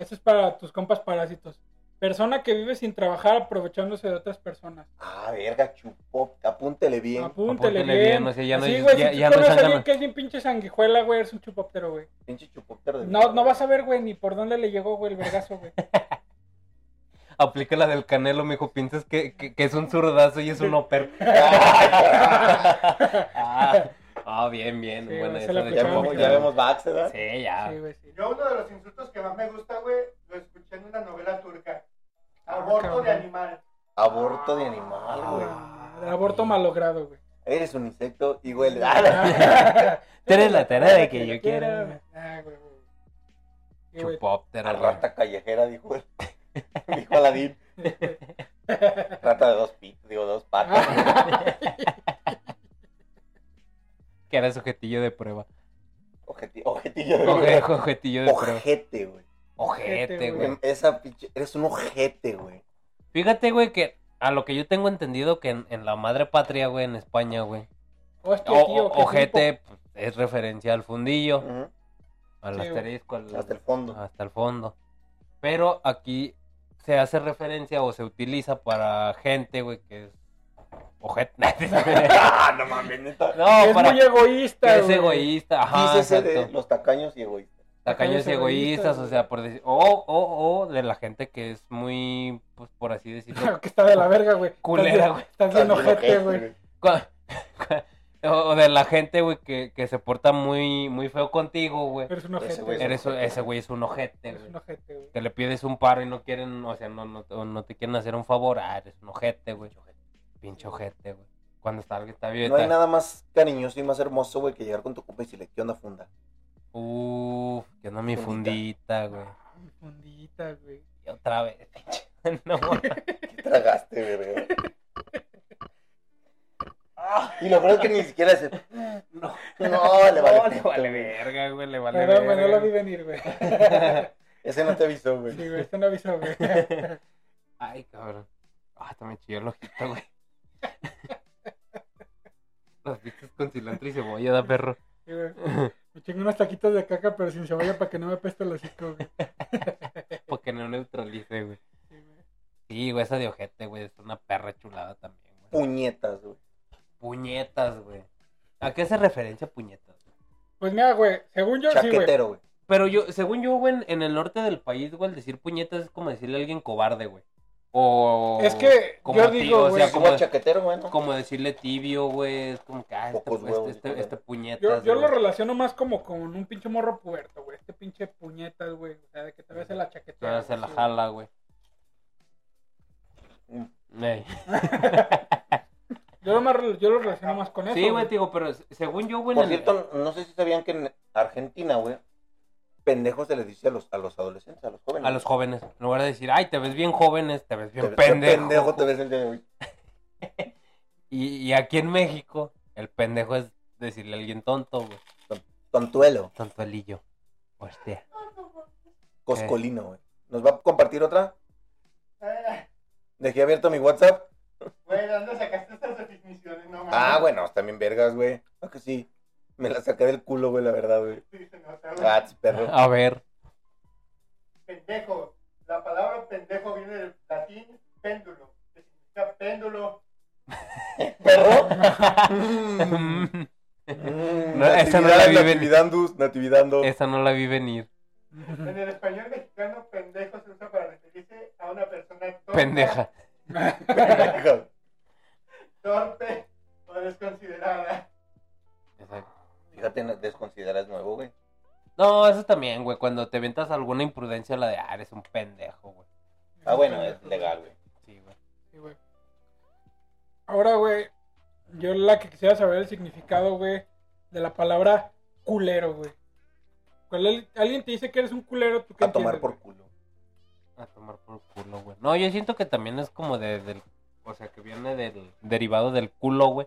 B: Eso es para tus compas parásitos. Persona que vive sin trabajar aprovechándose de otras personas.
A: Ah, verga, chupó. Apúntele bien.
B: Apúntele
C: Apúntele
B: bien.
C: bien, o sea, ya no
B: Así,
C: es-
B: güey,
C: ya-
B: si tú
C: ya no es
B: conoces a alguien
C: sangana.
B: que es bien pinche sanguijuela, güey, es un chupóptero, güey.
A: Pinche chupóptero de
B: No, no vas a ver, güey, ni por dónde le llegó, güey, el vergazo, güey.
C: Aplica la del canelo, mijo. Piensas que, que, que es un zurdazo y es un oper. ah, ah, bien, bien.
B: Sí,
C: bueno,
B: se
C: eso
B: la
C: de
A: Ya
B: aplicaba,
A: vemos,
C: chupóptero.
A: ya vemos Vax, ¿verdad?
C: Sí, ya.
B: Sí, güey, sí.
D: Yo uno de los insultos que más me gusta, güey, lo escuché en una novela turca.
B: Ah,
D: Aborto
B: cabrón.
D: de animal.
A: Aborto de animal, güey.
B: Ah, el aborto malogrado, güey.
A: Eres un insecto ah, y huele.
C: Tú eres la tarea de que yo quiera.
B: Ah, güey, güey. Sí, güey.
A: La
C: Chupóptero. güey.
A: rata callejera, dijo él. Dijo Aladín. Rata de dos pitos, digo, dos patas.
B: Ah,
C: Que era sujetillo de prueba.
A: Ojeti- Ojetillo de
C: Oje-
A: güey.
C: Ojetillo de prueba.
A: Ojete, güey.
C: Ojete, güey.
B: Güey.
A: Em, Esa pinche. Eres un ojete, güey.
C: Fíjate, güey, que a lo que yo tengo entendido que en, en la madre patria, güey, en España, güey.
B: Hostia,
C: o-
B: tío, qué
C: o-
B: tipo. Mm.
C: ojete pues, es referencia al fundillo,
A: Ujú.
C: al
B: Sí, güey.
C: asterisco, al-
A: Hasta el fondo.
C: hasta el fondo. Pero aquí se hace referencia o se utiliza para gente, güey, que es ojete.
A: Ah, no mames, neta.
C: no,
B: Es
C: para
B: muy egoísta,
C: que es
B: güey.
C: egoísta. Ajá,
A: Dícese de
C: exacto.
A: los tacaños y egoístas.
C: Tacaños
B: Tacaños
C: y egoístas,
B: egoístas,
C: o
B: güey.
C: sea, por decir, o, o, o de la gente que es muy, pues, por así decirlo,
B: que está de la verga, güey. Estás
C: Culera,
B: bien-
C: güey.
B: Estás bien ojete, güey.
C: Cu- o o de la gente, güey, que, que se porta muy, muy feo contigo, güey.
B: Eres un
A: Ese
B: ojete,
A: güey es
B: Pues, güey.
C: Eres,
A: un ojete.
C: ese güey es un ojete,
B: Eres
C: güey.
B: un ojete, güey.
C: Que le pides un paro y no quieren, o sea, no, no, o no te quieren hacer un favor. Ah, eres un ojete, güey. Pinche ojete, güey. Cuando está alguien está bien.
A: No hay
C: está-
A: nada más cariñoso y más hermoso, güey, que llegar con tu compa y decirle, ¿qué onda, funda?
C: Uf, que anda mi fundita, güey.
B: Ah, mi Fundita, güey.
C: Y otra vez, pinche. No,
A: ¿Qué tragaste, verga? Y lo peor es que ni siquiera se...
C: no,
A: No, le vale.
C: le vale verga, güey. Le vale
B: Perdón, güey,
C: verga.
B: no lo vi venir, güey.
A: Ese no te avisó, güey.
B: Sí, güey, este no avisó, güey.
C: Ay, cabrón. Ah, hasta me chilló el ojito, güey. Los pizzas con cilantro y cebolla, da perro.
B: Sí, güey. Me chingo unos taquitos de caca, pero sin cebolla para que no me apeste el hocico, güey.
C: Porque no neutralice, güey.
B: Sí, güey.
C: Sí, güey, esa de ojete, güey. Es una perra chulada también, güey.
A: Puñetas, güey.
C: Puñetas, güey. ¿A qué hace referencia puñetas?
B: Pues mira, güey, según yo, sí, güey.
A: Chaquetero, güey.
C: Pero yo, según yo, güey, en- en el norte del país, güey, el decir puñetas es como decirle a alguien cobarde, güey. O.
B: Es que
C: como
B: yo
C: tío,
B: digo,
C: o sea,
B: güey.
A: Es como
C: como-
A: chaquetero, güey, ¿no?
C: Como decirle tibio, güey. Es como que, ah, este,
A: Pocos huevos,
C: este, este,
A: hijo
C: este
A: de-
C: puñetas.
B: Yo, yo lo
C: güey.
B: relaciono más como con un pinche morro puberto, güey. Este pinche puñetas, güey. O sea, de que te ves en la
C: Te
B: chaquetera.
C: vas a hacer la
B: güey,
C: jala, güey.
A: Mm.
C: Ey.
B: sí, güey. Yo lo, más, yo lo relaciono más con eso.
C: Sí, güey, te digo, pero se- según yo, güey.
A: Por
C: en el-
A: cierto, no sé si sabían que en Argentina, güey, pendejos se les dice a los, a los adolescentes, a los jóvenes.
C: a los jóvenes. En lugar de decir, ay, te ves bien jóvenes, te ves
A: Te-
C: bien
A: te
C: pendejo.
A: pendejo te ves el día de hoy.
C: Y, y aquí en México, el pendejo es decirle a alguien tonto, güey.
A: Tontuelo.
C: Tontuelillo. Hostia.
A: Coscolino, güey. ¿Nos va a compartir otra?
D: Ah,
A: Dejé abierto mi WhatsApp.
D: Güey, ¿de dónde sacaste estas definiciones? No mames.
A: Ah, bueno, también vergas, güey. Ah, que sí. Me la saqué del culo, güey, la verdad, güey.
D: Sí, se nota, güey.
A: Ah, sí, perro.
C: A ver.
D: Pendejo. La palabra pendejo viene del latín péndulo, que significa péndulo.
A: ¿Perro? Mm, mm,
C: No, esa no la
A: natividad,
C: vi venir.
A: natividandus, natividando.
C: Esa no la vi venir.
A: Mm.
D: En el español mexicano, pendejo se usa para referirse a una persona tonta,
C: Pendeja.
A: Pendejo.
D: torpe o desconsiderada.
C: Exacto.
A: Fíjate, no- desconsideras nuevo, güey.
C: No, eso también, güey. Cuando te ventas alguna imprudencia, la de, ah, eres un pendejo, güey.
A: Ah, bueno, es legal, güey.
C: Sí, güey.
B: Sí, güey. Ahora, güey, yo la que quisiera saber el significado, güey, de la palabra culero, güey. Cuando al- alguien te dice que eres un culero, ¿tú qué
A: A tomar
B: entiendes,
A: por
B: güey?
A: culo.
C: A tomar por culo, güey. No, yo siento que también es como de, del. O sea, que viene del derivado del culo, güey.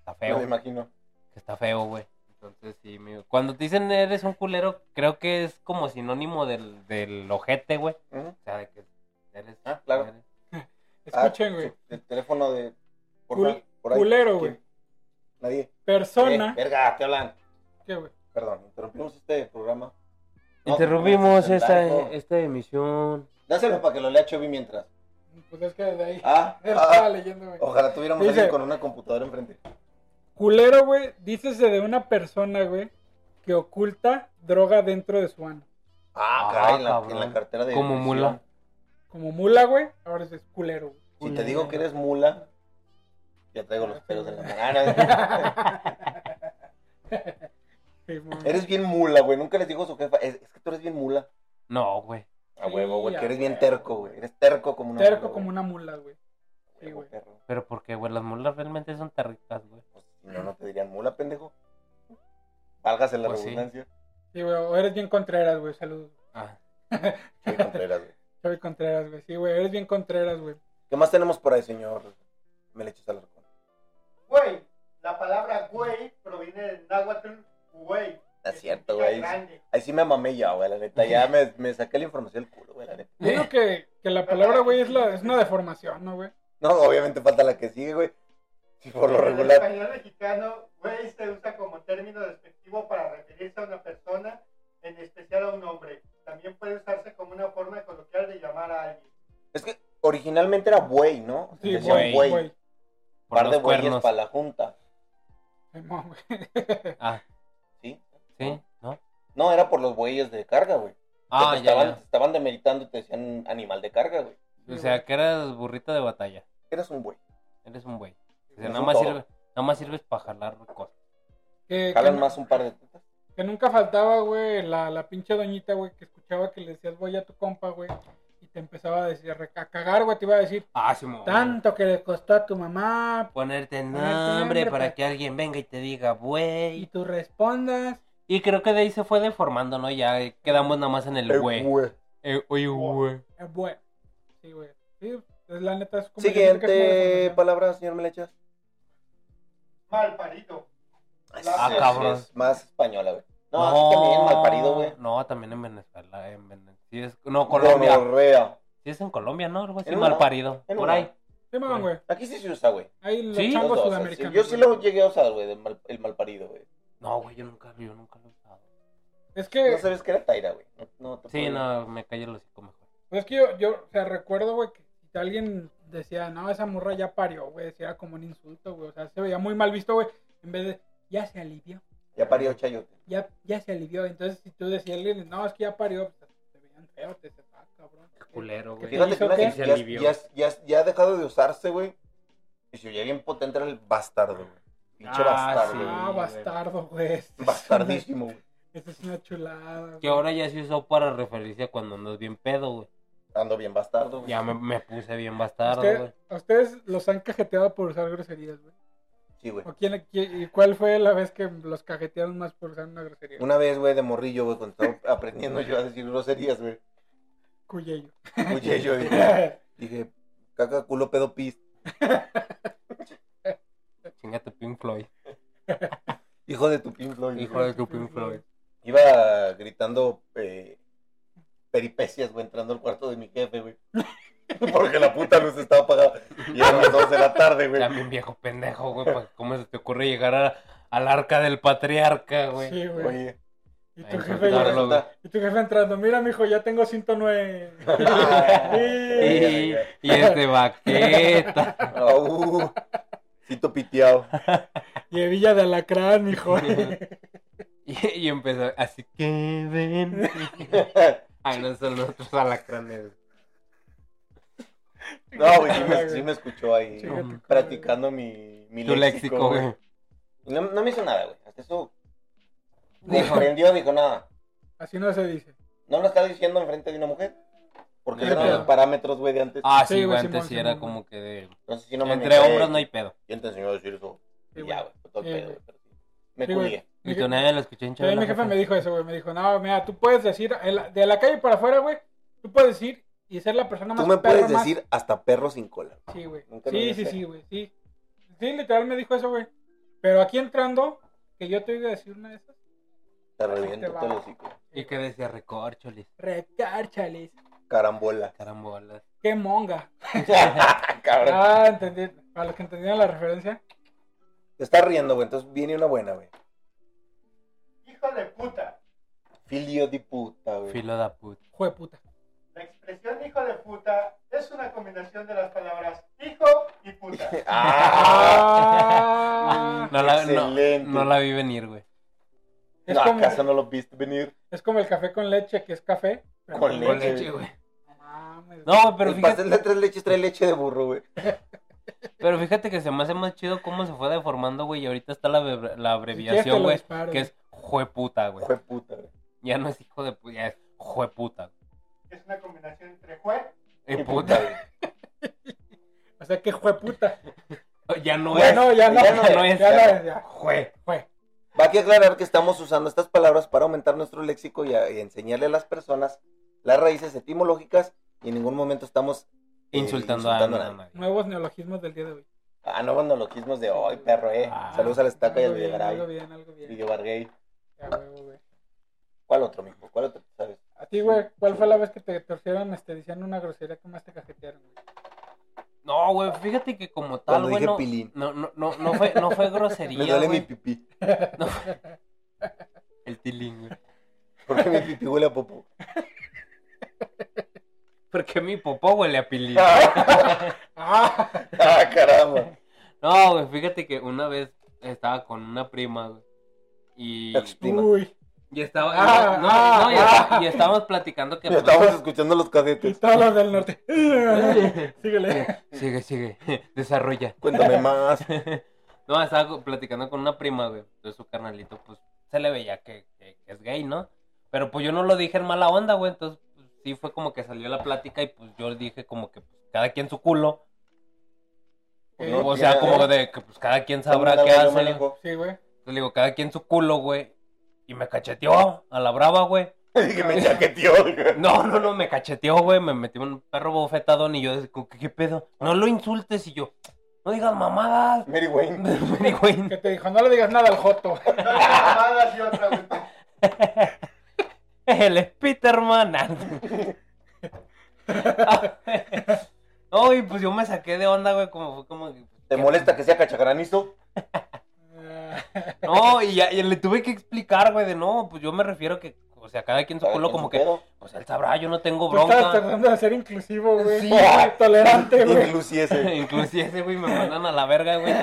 C: Está
A: Me
C: feo.
A: lo imagino.
C: que está feo, güey. Entonces, sí, mi- cuando te dicen eres un culero, creo que es como sinónimo del, del ojete, güey.
A: Ujú.
C: O sea, de que eres.
A: Ah, claro.
C: eres-
A: Ah,
B: Escuchen, güey.
A: su- El teléfono de. Por,
B: Cul-
A: fa- por ahí. ¿Quién?
B: culero, güey.
A: Nadie. Eh,
B: Persona.
A: verga, te hablan.
B: ¿Qué, güey?
A: Perdón, interrumpimos este programa. No,
C: Interrumpimos
A: el
C: esta,
A: blanco.
C: esta emisión.
A: Dáselo para que lo lea Chubby mientras.
B: Pues es que desde ahí.
A: Ah,
B: él
A: ah,
B: estaba leyendo, güey.
A: Ojalá tuviéramos
B: Dice-
A: alguien con una computadora enfrente.
B: Culero, güey, dícese de una persona, güey, que oculta droga dentro de su ano.
A: Ah,
C: Ah,
A: caray, en la,
C: cabrón.
A: en la cartera de.
C: Como
A: prisión.
C: mula.
B: Como mula, güey, ahora es culero,
A: Si
B: güey.
A: te digo que eres mula, ya traigo los pelos en la mano. Ah,
B: Sí, mon.
A: no. eres bien mula, güey. Nunca les dijo su jefa. Es, es que tú eres bien mula.
C: No, güey.
A: A
B: Sí,
A: huevo, güey.
B: a
A: Que eres bien
B: huevo,
A: terco,
B: güey.
A: güey. Eres terco como una
B: Terco
A: mula,
B: como
A: güey.
B: una mula, güey.
A: A
B: Sí,
A: huevo,
B: güey.
A: perro.
C: Pero porque, güey, las mulas realmente son territas, güey.
A: Pues, si no, no te dirían mula, pendejo. Válgase la
C: Pues sí.
A: redundancia.
B: Sí, güey, o eres bien Contreras, güey, saludos.
C: Ah,
A: Chuy Contreras, güey.
B: Soy Contreras, güey. Sí, güey, eres bien Contreras, güey.
A: ¿Qué más tenemos por ahí, señor? Me le echas al arco.
D: Güey. La palabra güey proviene del náhuatl güey.
A: Es
D: que
A: cierto,
D: significa
A: güey.
D: grande.
A: Ahí sí me mamé ya, güey, la neta. Ya me, me saqué la información del culo, güey, la neta.
B: Yo creo que, que la palabra, güey, es, la- es una deformación, ¿no, güey?
A: No, obviamente falta la que sigue, güey. Sí, por lo
D: En el
A: regular.
D: español mexicano, güey se usa como término despectivo para referirse a una persona, en especial a un hombre. También puede usarse como una forma coloquial de llamar a alguien.
A: Es que originalmente era buey, ¿no?
B: Sí,
A: Decían
B: güey,
A: buey.
B: güey.
C: por
A: Par de
C: los
A: bueyes
C: cuernos.
A: para la junta.
B: Ay, mon, güey.
C: Ah,
A: ¿Sí?
C: sí, ¿no?
A: No, era por los bueyes de carga, güey.
C: Ah,
A: Te
C: ya,
A: estaban, te
C: ya.
A: estaban demeritando y te decían animal de carga, güey.
C: O sea, que eres burrito de batalla.
A: Eras un buey.
C: Eres un güey. O sea,
A: Eres
C: nada
A: un
C: más,
A: toro.
C: sirve, nada más sirves para jalar cosas.
B: Que, que,
A: Jalan
B: nu-
A: más un par de tetas.
B: que nunca faltaba, güey, la, la pinche doñita, güey, que escuchaba que le decías, voy a tu compa, güey, y te empezaba a decir, a cagar, güey, te iba a decir,
C: Ah, sí, mo-
B: tanto que le costó a tu mamá,
C: Ponerte
B: Ponerte
C: nombre
B: nombre
C: para
B: para-
C: que alguien venga y te diga,
B: y
C: güey.
B: tú respondas,
C: Y creo que de ahí se fue deformando, ¿no? Ya eh, quedamos nada más en el güey. Eh, Oye, güey.
B: eh, güey. Sí, güey. Sí, pues, la neta es como... yo
A: Siguiente
B: siento que es una deformación.
A: palabra, señor Melechas.
D: Mal parido.
A: Esa
D: Ah,
A: Pues es-
C: cabrón.
A: Es más española, güey. No, así también mal parido, güey.
C: No, también en Venezuela. En Vene- sí es- no, Colombia.
A: Gonorrea.
C: Sí es en Colombia, ¿no? Algo así,
A: En
C: mal
A: una-
C: parido.
A: en
C: Por
A: una.
C: ahí.
B: Sí, mamón, güey.
A: Aquí sí se usa, güey.
B: Ahí los
C: Sí.
A: Los dos,
B: changos
A: o sea, sí.
B: sudamericanos.
A: Yo sí
B: güey.
A: lo llegué a usar, güey, del mal- el mal parido, güey.
C: No, güey, yo nunca, yo nunca lo he usado.
B: Es que...
A: No sabes que era Taira, güey. No, no te
C: Sí,
A: puedo-
C: no, me callo el hocico mejor.
B: Pues es que yo, yo, o sea, recuerdo, güey, que si alguien decía, no, esa morra ya parió, güey, decía era como un insulto, güey, o sea, se veía muy mal visto, güey, en vez de, ya se alivió,
A: Ya parió Chayote.
B: ya, ya se alivió, entonces si tú decías, a alguien, no, es que ya parió, pues, te veían feo, te decían, ah, cabrón.
C: Qué culero,
B: ¿Qué
C: güey.
B: te
A: Fíjate que
B: hizo
A: una
B: qué?
A: que
C: Se
A: ya,
C: alivió.
A: ya, ya- ya ha dejado de usarse, güey. Y se oía bien potente era el bastardo, güey. Pinche
C: Ah,
A: bastardo,
C: sí.
A: güey.
B: Ah,
C: güey.
B: bastardo, güey.
A: Bastardísimo, güey.
B: Esa es una chulada.
C: Que ahora ya se usó para referirse a cuando andas bien pedo, güey.
A: Ando bien bastardo, güey.
C: Ya me, me puse bien bastardo,
B: Usted-
C: güey.
B: ¿A ustedes los han cajeteado por usar groserías, güey?
A: Sí, güey.
B: ¿O quién, qui- y cuál fue la vez que los cajetearon más por usar una grosería?
A: Una vez, güey, de morrillo, güey, cuando estaba aprendiendo yo a decir groserías, güey.
B: Cuyello.
A: Escuché yo, dije, dije, caca, culo, pedo, pis.
C: Chingate Pink Floyd.
A: Hijo de tu Pink Floyd.
C: Hijo de tu Pink Floyd.
A: Iba gritando eh, peripecias, güey, entrando al cuarto de mi jefe, güey. Porque la puta luz estaba apagada. Y eran las 2 de la tarde, güey.
C: También viejo pendejo, güey. pa- ¿Cómo se te ocurre llegar a- al arca del patriarca, güey?
B: Sí, güey.
A: Oye,
B: Y
C: a
B: tu jefe
C: insultarlo,
B: llegando-
C: güey.
B: Y tu jefe entrando, mira, mijo, ya tengo 109. Sí.
C: Y, y este vaqueta.
A: au, Ah, uh, Cito piteado.
B: Y hebilla de alacrán, mijo.
C: Y, y empezó, así que ven. Ah, no son nuestros alacranes.
A: No, güey, sí me, sí me escuchó ahí
B: Chíngate,
C: um,
A: practicando mi, mi
C: Tu léxico, güey.
A: Y No, no me hizo nada, güey. Hasta eso
C: Dijo.
A: comprendió, dijo nada.
B: Así no se dice.
A: No lo está diciendo enfrente de una mujer. Porque
B: No hay
A: eran los
B: pedo.
A: parámetros, güey, de antes.
C: Ah,
B: Sí,
C: sí,
B: güey,
C: güey, antes
B: Simón,
C: sí era
B: Simón.
C: como que de...
A: Entonces, si no me
C: Entre
A: metí,
C: hombros no hay pedo.
A: ¿Quién te enseñó a decir eso?
B: Sí,
A: Y
B: güey.
A: ya, güey. fue Todo el
B: Sí,
A: pedo,
B: güey.
A: güey. pero sí. Me
B: Sí, güey.
A: culié.
C: Y tú nadie lo escuchó en
B: También mi jefe me dijo eso, güey. Me dijo, no, mira, tú puedes decir, el- de la calle para afuera, güey, tú puedes decir y ser la persona más
A: Tú me
B: perra
A: puedes
B: más-
A: decir hasta perro sin cola.
B: Sí, güey.
A: Nunca lo voy
B: Sí,
A: a
B: sí,
A: hacer.
B: sí, güey. Sí. sí, literal me dijo eso, güey. Pero aquí entrando, que yo te iba a decir una de esas.
A: Te
B: te
A: reviento
B: va.
A: todo el hocico.
C: Y que decía recorcholis,
B: Recárchales.
A: Carambola.
C: carambolas.
B: Qué monga.
A: Cabrón.
B: Ah, entendí. Para los que entendieron la referencia.
A: Te estás riendo, güey. Entonces viene una buena, güey.
D: Hijo de puta.
A: Filio de puta, güey.
C: Filo da puta.
B: Jue puta.
D: La expresión hijo de puta es una combinación de las palabras hijo y puta.
A: Ah,
B: Ah.
C: No la, no-
A: Excelente.
C: no la vi venir, güey.
B: es,
A: no,
B: como,
A: ¿Acaso no lo viste venir?
B: es como el café con leche, que es café. pero
A: Con
C: Con
A: leche,
C: leche,
A: güey.
C: güey.
B: No mames.
C: No, güey, pero
A: el
C: fíjate,
A: pastel de tres leches trae leche de burro, güey.
C: pero fíjate que se me hace más chido cómo se fue deformando, güey. Y ahorita está la,
B: Si quieres
C: bebre- la
B: te
C: abreviación,
B: lo
C: güey,
B: disparo,
C: que es jueputa, güey.
A: Hijo de puta, güey.
C: Ya no es hijo de puta, ya es jueputa.
D: Es una combinación entre juez
C: Eh,
A: Qué
C: puta.
A: güey.
B: O sea, que jue puta.
C: Ya no
A: Güey,
B: Ya
C: es.
B: no, ya no.
A: ya no
C: es,
B: Ya
A: ya
B: no
A: no.
B: es, ya.
C: Jue.
B: Jue.
A: Va que aclarar que estamos usando estas palabras para aumentar nuestro léxico y, a- y enseñarle a las personas las raíces etimológicas y en ningún momento estamos eh,
C: Insultando, a, nadie.
B: Nuevos neologismos del día de hoy.
A: Ah, no monologismos de hoy, perro, eh.
C: Ah.
A: Saludos al Estaca y al
B: Algo bien, Algo
A: Videgaray.
B: bien, algo bien.
A: Video Bargay.
B: Ya, huevo, güey.
A: ¿Cuál otro, mijo? ¿Cuál otro tú sabes?
B: A ti, güey, ¿cuál fue la vez que te torcieron este, diciendo una grosería que más te cajetearon? güey?
C: No, güey, fíjate que como tal,
A: Cuando
C: güey,
A: dije
C: no,
A: pilín.
C: no, no, no, no fue, no fue
A: Me
C: grosería,
A: duele mi
C: güey.
A: pipí.
C: No fue- El tilín, güey.
A: Porque mi pipí huele a popó.
C: Porque mi popó huele a pilín. Ah,
B: ¡Ah!
A: Ah, caramba.
C: No, güey, fíjate que una vez estaba con una prima, güey. Y,
A: Prima.
B: Uy,
C: y estaba.
B: Ah,
C: no,
B: ah,
C: no, y,
B: ah.
C: y estábamos platicando que.
A: Ya Estamos escuchando los
B: y
A: cadetes.
B: todos los del norte. Síguele.
C: pues, Sigue, sigue. Desarrolla.
A: Cuéntame más.
C: No, estaba co- platicando con una prima, güey. Entonces su carnalito, pues, se le veía que, que- que es gay, ¿no? Pero pues yo no lo dije en mala onda, güey. Entonces, pues, sí fue como que salió la plática y pues yo dije como que pues, cada quien su culo.
A: Pues
B: Eh,
A: no,
C: O sea,
A: tiene-
C: como de que pues cada quien sabrá
A: Yo
C: qué hace. Entonces
A: manejo.
B: Sí, güey.
C: le digo, cada quien su culo, güey. Y me cacheteó a la brava, güey.
A: que me chaqueteó. güey.
C: No, no, no, me cacheteó, güey. Me metió un perro bofetadón y yo, decía, como que, ¿qué pedo? No lo insultes y yo, no digas mamadas.
A: Mary Wayne.
C: Me dijo, "Güey,
B: Que te dijo, no le digas nada al Joto.
D: Dos llamadas y otra güey.
C: El Spiderman. No, y pues yo me saqué de onda, güey, como fue como... que-
A: ¿Te molesta que sea cachagranizo?
B: Ah,
C: No, y ya y le tuve que explicar, güey, de no, pues yo me refiero que, o sea, cada quien su
A: Cada
C: culo
A: quien
C: como
A: su
C: que,
A: pedo.
C: pues él sabrá, yo no tengo
B: Tú estabas
C: bronca.
B: tratando de ser inclusivo, güey.
C: Sí,
A: güey.
B: Tolerante, güey.
A: Inclusiese.
C: Inclusive ese, güey, me mandan a la verga, güey.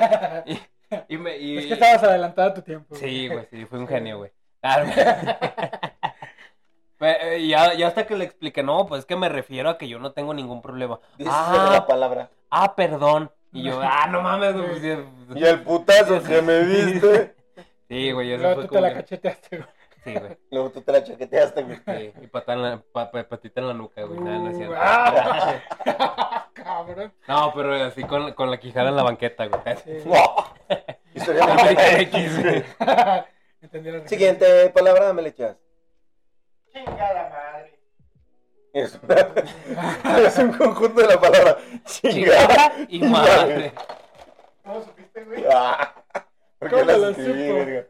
C: Y, y me... y-
B: Es que estabas adelantada a tu tiempo.
C: Sí, güey, sí, fue un genio, güey. Ah, güey. Fue, eh, ya, ya hasta que le expliqué, no, pues es que me refiero a que yo no tengo ningún problema.
A: Dice
C: Ah,
A: la palabra.
C: ah, perdón. Y yo, ah, no mames, güey. pues,
A: Y
C: ya-
A: el putazo que me diste.
C: Sí, güey, eso
B: Luego
C: fue
B: tú te la
C: como que-
B: cacheteaste, güey.
C: Sí, güey.
A: Luego tú te la chaqueteaste, güey.
C: sí, y patada en la- pa- pa- patita en la nuca, güey. nada, no, es
B: Uh,
C: cierto.
B: ah, Cabrón.
C: No, pero así con, con la quijada en la banqueta, güey.
B: Sí.
A: Historia
C: América
A: mexicana.
C: X, güey.
B: Entendí la referencia.
A: Siguiente palabra, me le echas.
D: Chingada madre.
A: Es, una- es un conjunto de la palabra. Chingada.
C: Chingada y madre.
D: ¿Cómo supiste, güey?
A: Ah, ¿Por qué
B: ¿Cómo
A: las
B: lo
A: escribí,
B: supo?
A: verga?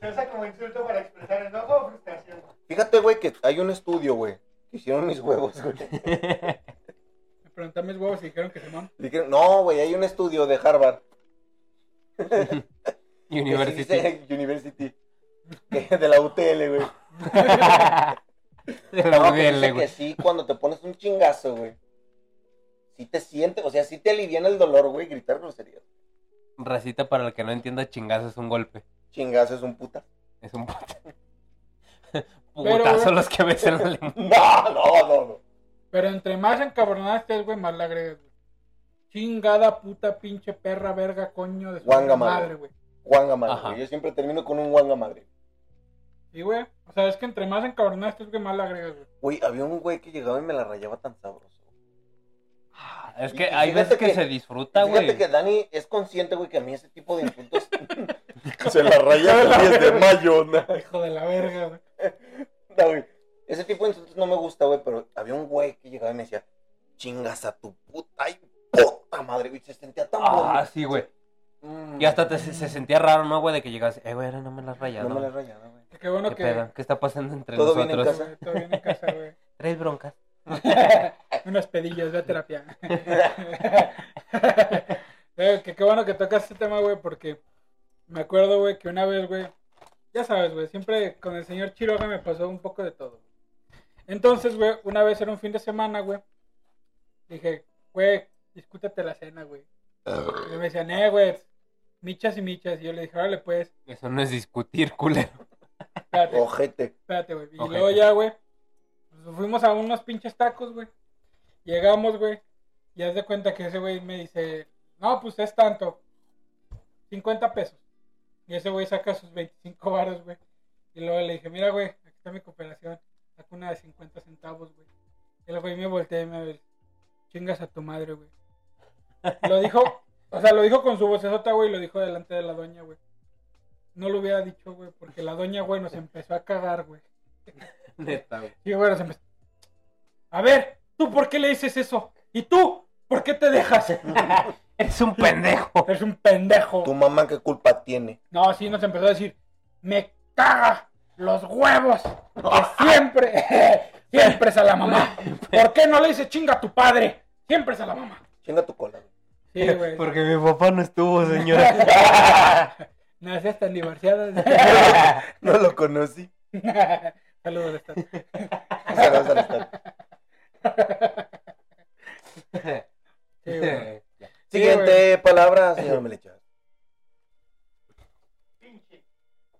D: Se usa como insulto para expresar enojo o frustración.
A: Fíjate, güey, que hay un estudio, güey. que Hicieron mis huevos, güey.
B: Me pregunté a mis huevos y dijeron que se man.
A: Dijeron, no, güey, hay un estudio de Harvard.
C: University.
A: University. Que- De la UTL, güey.
C: De la
A: No, que dice
C: UDL,
A: que
C: güey.
A: sí, cuando te pones un chingazo, güey. Sí te sientes, o sea, sí te alivian el dolor, güey, gritar groserías.
C: Racita, para el que no entienda, chingazo es un golpe.
A: Chingazo es un puta.
C: Es un puta.
B: güey.
C: Putazo los que me en la lengua.
A: No, no, no, no.
B: Pero entre más encabronada estés, güey, más la agregas, güey. Chingada puta pinche perra verga coño de su
A: Guanga madre.
B: madre, güey.
A: Guanga madre,
C: Ajá.
A: güey. Yo siempre termino con un guanga madre.
B: Sí, güey. O sea, es que entre más encabronada estés, güey, más la agregas, güey.
A: Güey, había un güey que llegaba y me la rayaba tan sabroso.
C: Es
A: Y-
C: que
A: y
C: hay
A: fíjate
C: veces que,
A: que-
C: se disfruta,
A: Fíjate
C: güey.
A: que Dani es consciente, güey, que a mí ese tipo de insultos... Se la rayaba el 10 de mayo, ¿no?
B: Hijo de la verga, güey.
A: No, güey. Ese tipo de insultos no me gusta, güey, pero había un güey que llegaba y me decía, chingas a tu puta y puta madre, güey, se sentía tan
C: Ah,
A: bonito.
C: sí, güey.
A: Mm.
C: Y hasta te- se, se sentía raro, ¿no, güey? De que llegas, eh, güey, ahora no me la has rayado.
A: No me la he rayado, güey.
B: Qué bueno
C: ¿Qué
B: que.
C: pedo? ¿Qué está pasando entre
A: Todo bien en
C: nosotros?
A: casa.
B: güey, Todo bien en casa, güey.
C: Tres broncas.
B: Unas pedillas, ve a terapia. Eh, que qué bueno que tocas este tema, güey, porque me acuerdo, güey, que una vez, güey, ya sabes, güey, siempre con el señor Chiroga me pasó un poco de todo. Entonces, güey, una vez era un fin de semana, güey, dije, güey, discútate la cena, güey. Y me decían, eh, güey, michas y michas. Y yo le dije, órale, pues,
C: Eso no es discutir, culero.
B: espérate,
A: Ojete.
B: Espérate, güey. Y
C: Ok.
B: luego ya, güey. pues, fuimos a unos pinches tacos, güey. Llegamos, güey. Y haz de cuenta que ese güey me dice, no, pues es tanto. 50 pesos. Y ese güey saca sus 25 varos, güey. Y luego le dije, mira, güey, aquí está mi cooperación. Saca una de 50 centavos, güey. Y el güey me voltea y me dice, chingas a tu madre, güey. Lo dijo, o sea, lo dijo con su vocesota, güey, y lo dijo delante de la doña, güey. No lo hubiera dicho, güey, porque la doña, güey, nos empezó a cagar, güey.
C: Neta, güey.
B: Y bueno, se me... A ver, ¿tú por qué le dices eso? ¿Y tú? ¿Por qué te dejas?
C: Eres un pendejo.
B: Eres un pendejo.
A: Tu mamá qué culpa tiene.
B: No, así nos empezó a decir, me caga los huevos. Que siempre, siempre es a la mamá. ¿Por qué no le dices chinga a tu padre? Siempre es a la mamá.
A: Chinga tu cola, güey.
B: Sí, güey.
C: Porque mi papá no estuvo, señora.
B: No seas tan divorciado.
A: No lo conocí.
B: Saludos, Stan.
A: Saludos al estado.
B: Sí, güey. Eh, Sí,
A: Siguiente palabra, señor Melechas.
D: Pinche.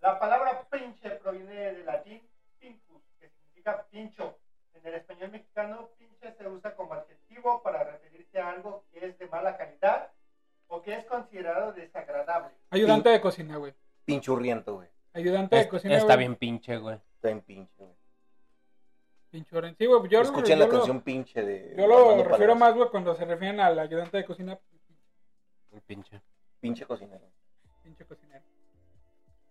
D: La palabra pinche proviene del latín pincus, que significa pincho. En el español mexicano, pinche se usa como adjetivo para referirse a algo que es de mala calidad o que es considerado desagradable.
B: Ayudante de cocina, güey.
A: Pinchurriento, güey.
B: Ayudante de
C: Es-
B: cocina,
C: está
B: güey.
C: bien pinche, güey.
A: Está en pinche, güey.
B: Pinche Oren. Sí, güey, yo, lo-
A: Escuchen
B: yo
A: la
B: lo-
A: canción pinche de...
B: yo lo
A: Armando
B: refiero
A: Palamas.
B: más, güey, cuando se refieren al ayudante de cocina,
C: Muy pinche.
A: Pinche cocinero.
B: pinche cocinero.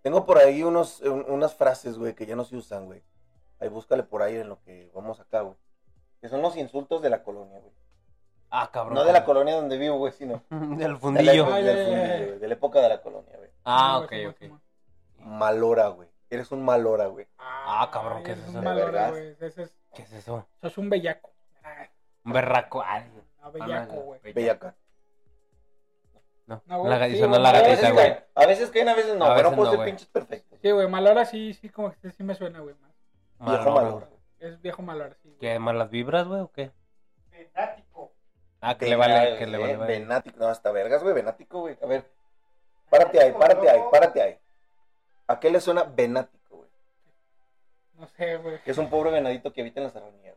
A: Tengo por ahí unos, un- unas frases, güey, que ya no se usan, güey. Ahí búscale por ahí en lo que vamos acá, güey. Que son los insultos de la colonia, güey.
C: Ah, cabrón.
A: No de la colonia donde vivo, güey, sino
C: Del
A: de la,
C: fundillo.
B: Ay,
A: del
B: ay, ay,
A: fundillo,
B: ay.
A: güey, de la época de la colonia, güey.
C: Ah,
B: Sí,
C: ok,
B: güey, sí, güey, sí,
C: ok.
B: güey.
A: Malora, güey. Eres un malora, güey.
C: Ah, cabrón, ¿qué es
B: ese
C: eso?
B: un
A: De
B: valor,
A: vergas.
B: güey. Ese es,
C: ¿Qué es eso?
B: sos un bellaco. Ah,
C: Un berraco. Ay,
B: no,
C: no, Ah,
B: bellaco,
C: no,
B: güey.
A: Bellaca.
C: No,
B: No, güey,
C: la,
B: sí,
C: hizo no
B: güey,
C: la
A: A
B: no,
A: veces,
C: gatita,
B: ese
C: güey.
A: caen, a veces caen, a veces no,
C: A
A: pero
C: veces
A: no puedo
C: no,
A: ser
C: güey.
A: pinches perfectos.
B: Sí, güey, malora sí, sí, como que sí me suena, güey. más.
A: Viejo
C: Malora.
A: malora.
B: Es viejo malora, sí. güey.
C: ¿Qué? ¿Malas vibras, güey, o qué?
D: Venático.
C: Ah, que le vale, que le vale.
A: Eh,
C: vale.
A: Venático, no, hasta vergas, güey, venático, güey. A ver, párate ahí, párate ahí, párate ahí. ¿A qué le suena venático, güey?
B: No sé, güey.
A: Que es un pobre venadito que habita en las serranías.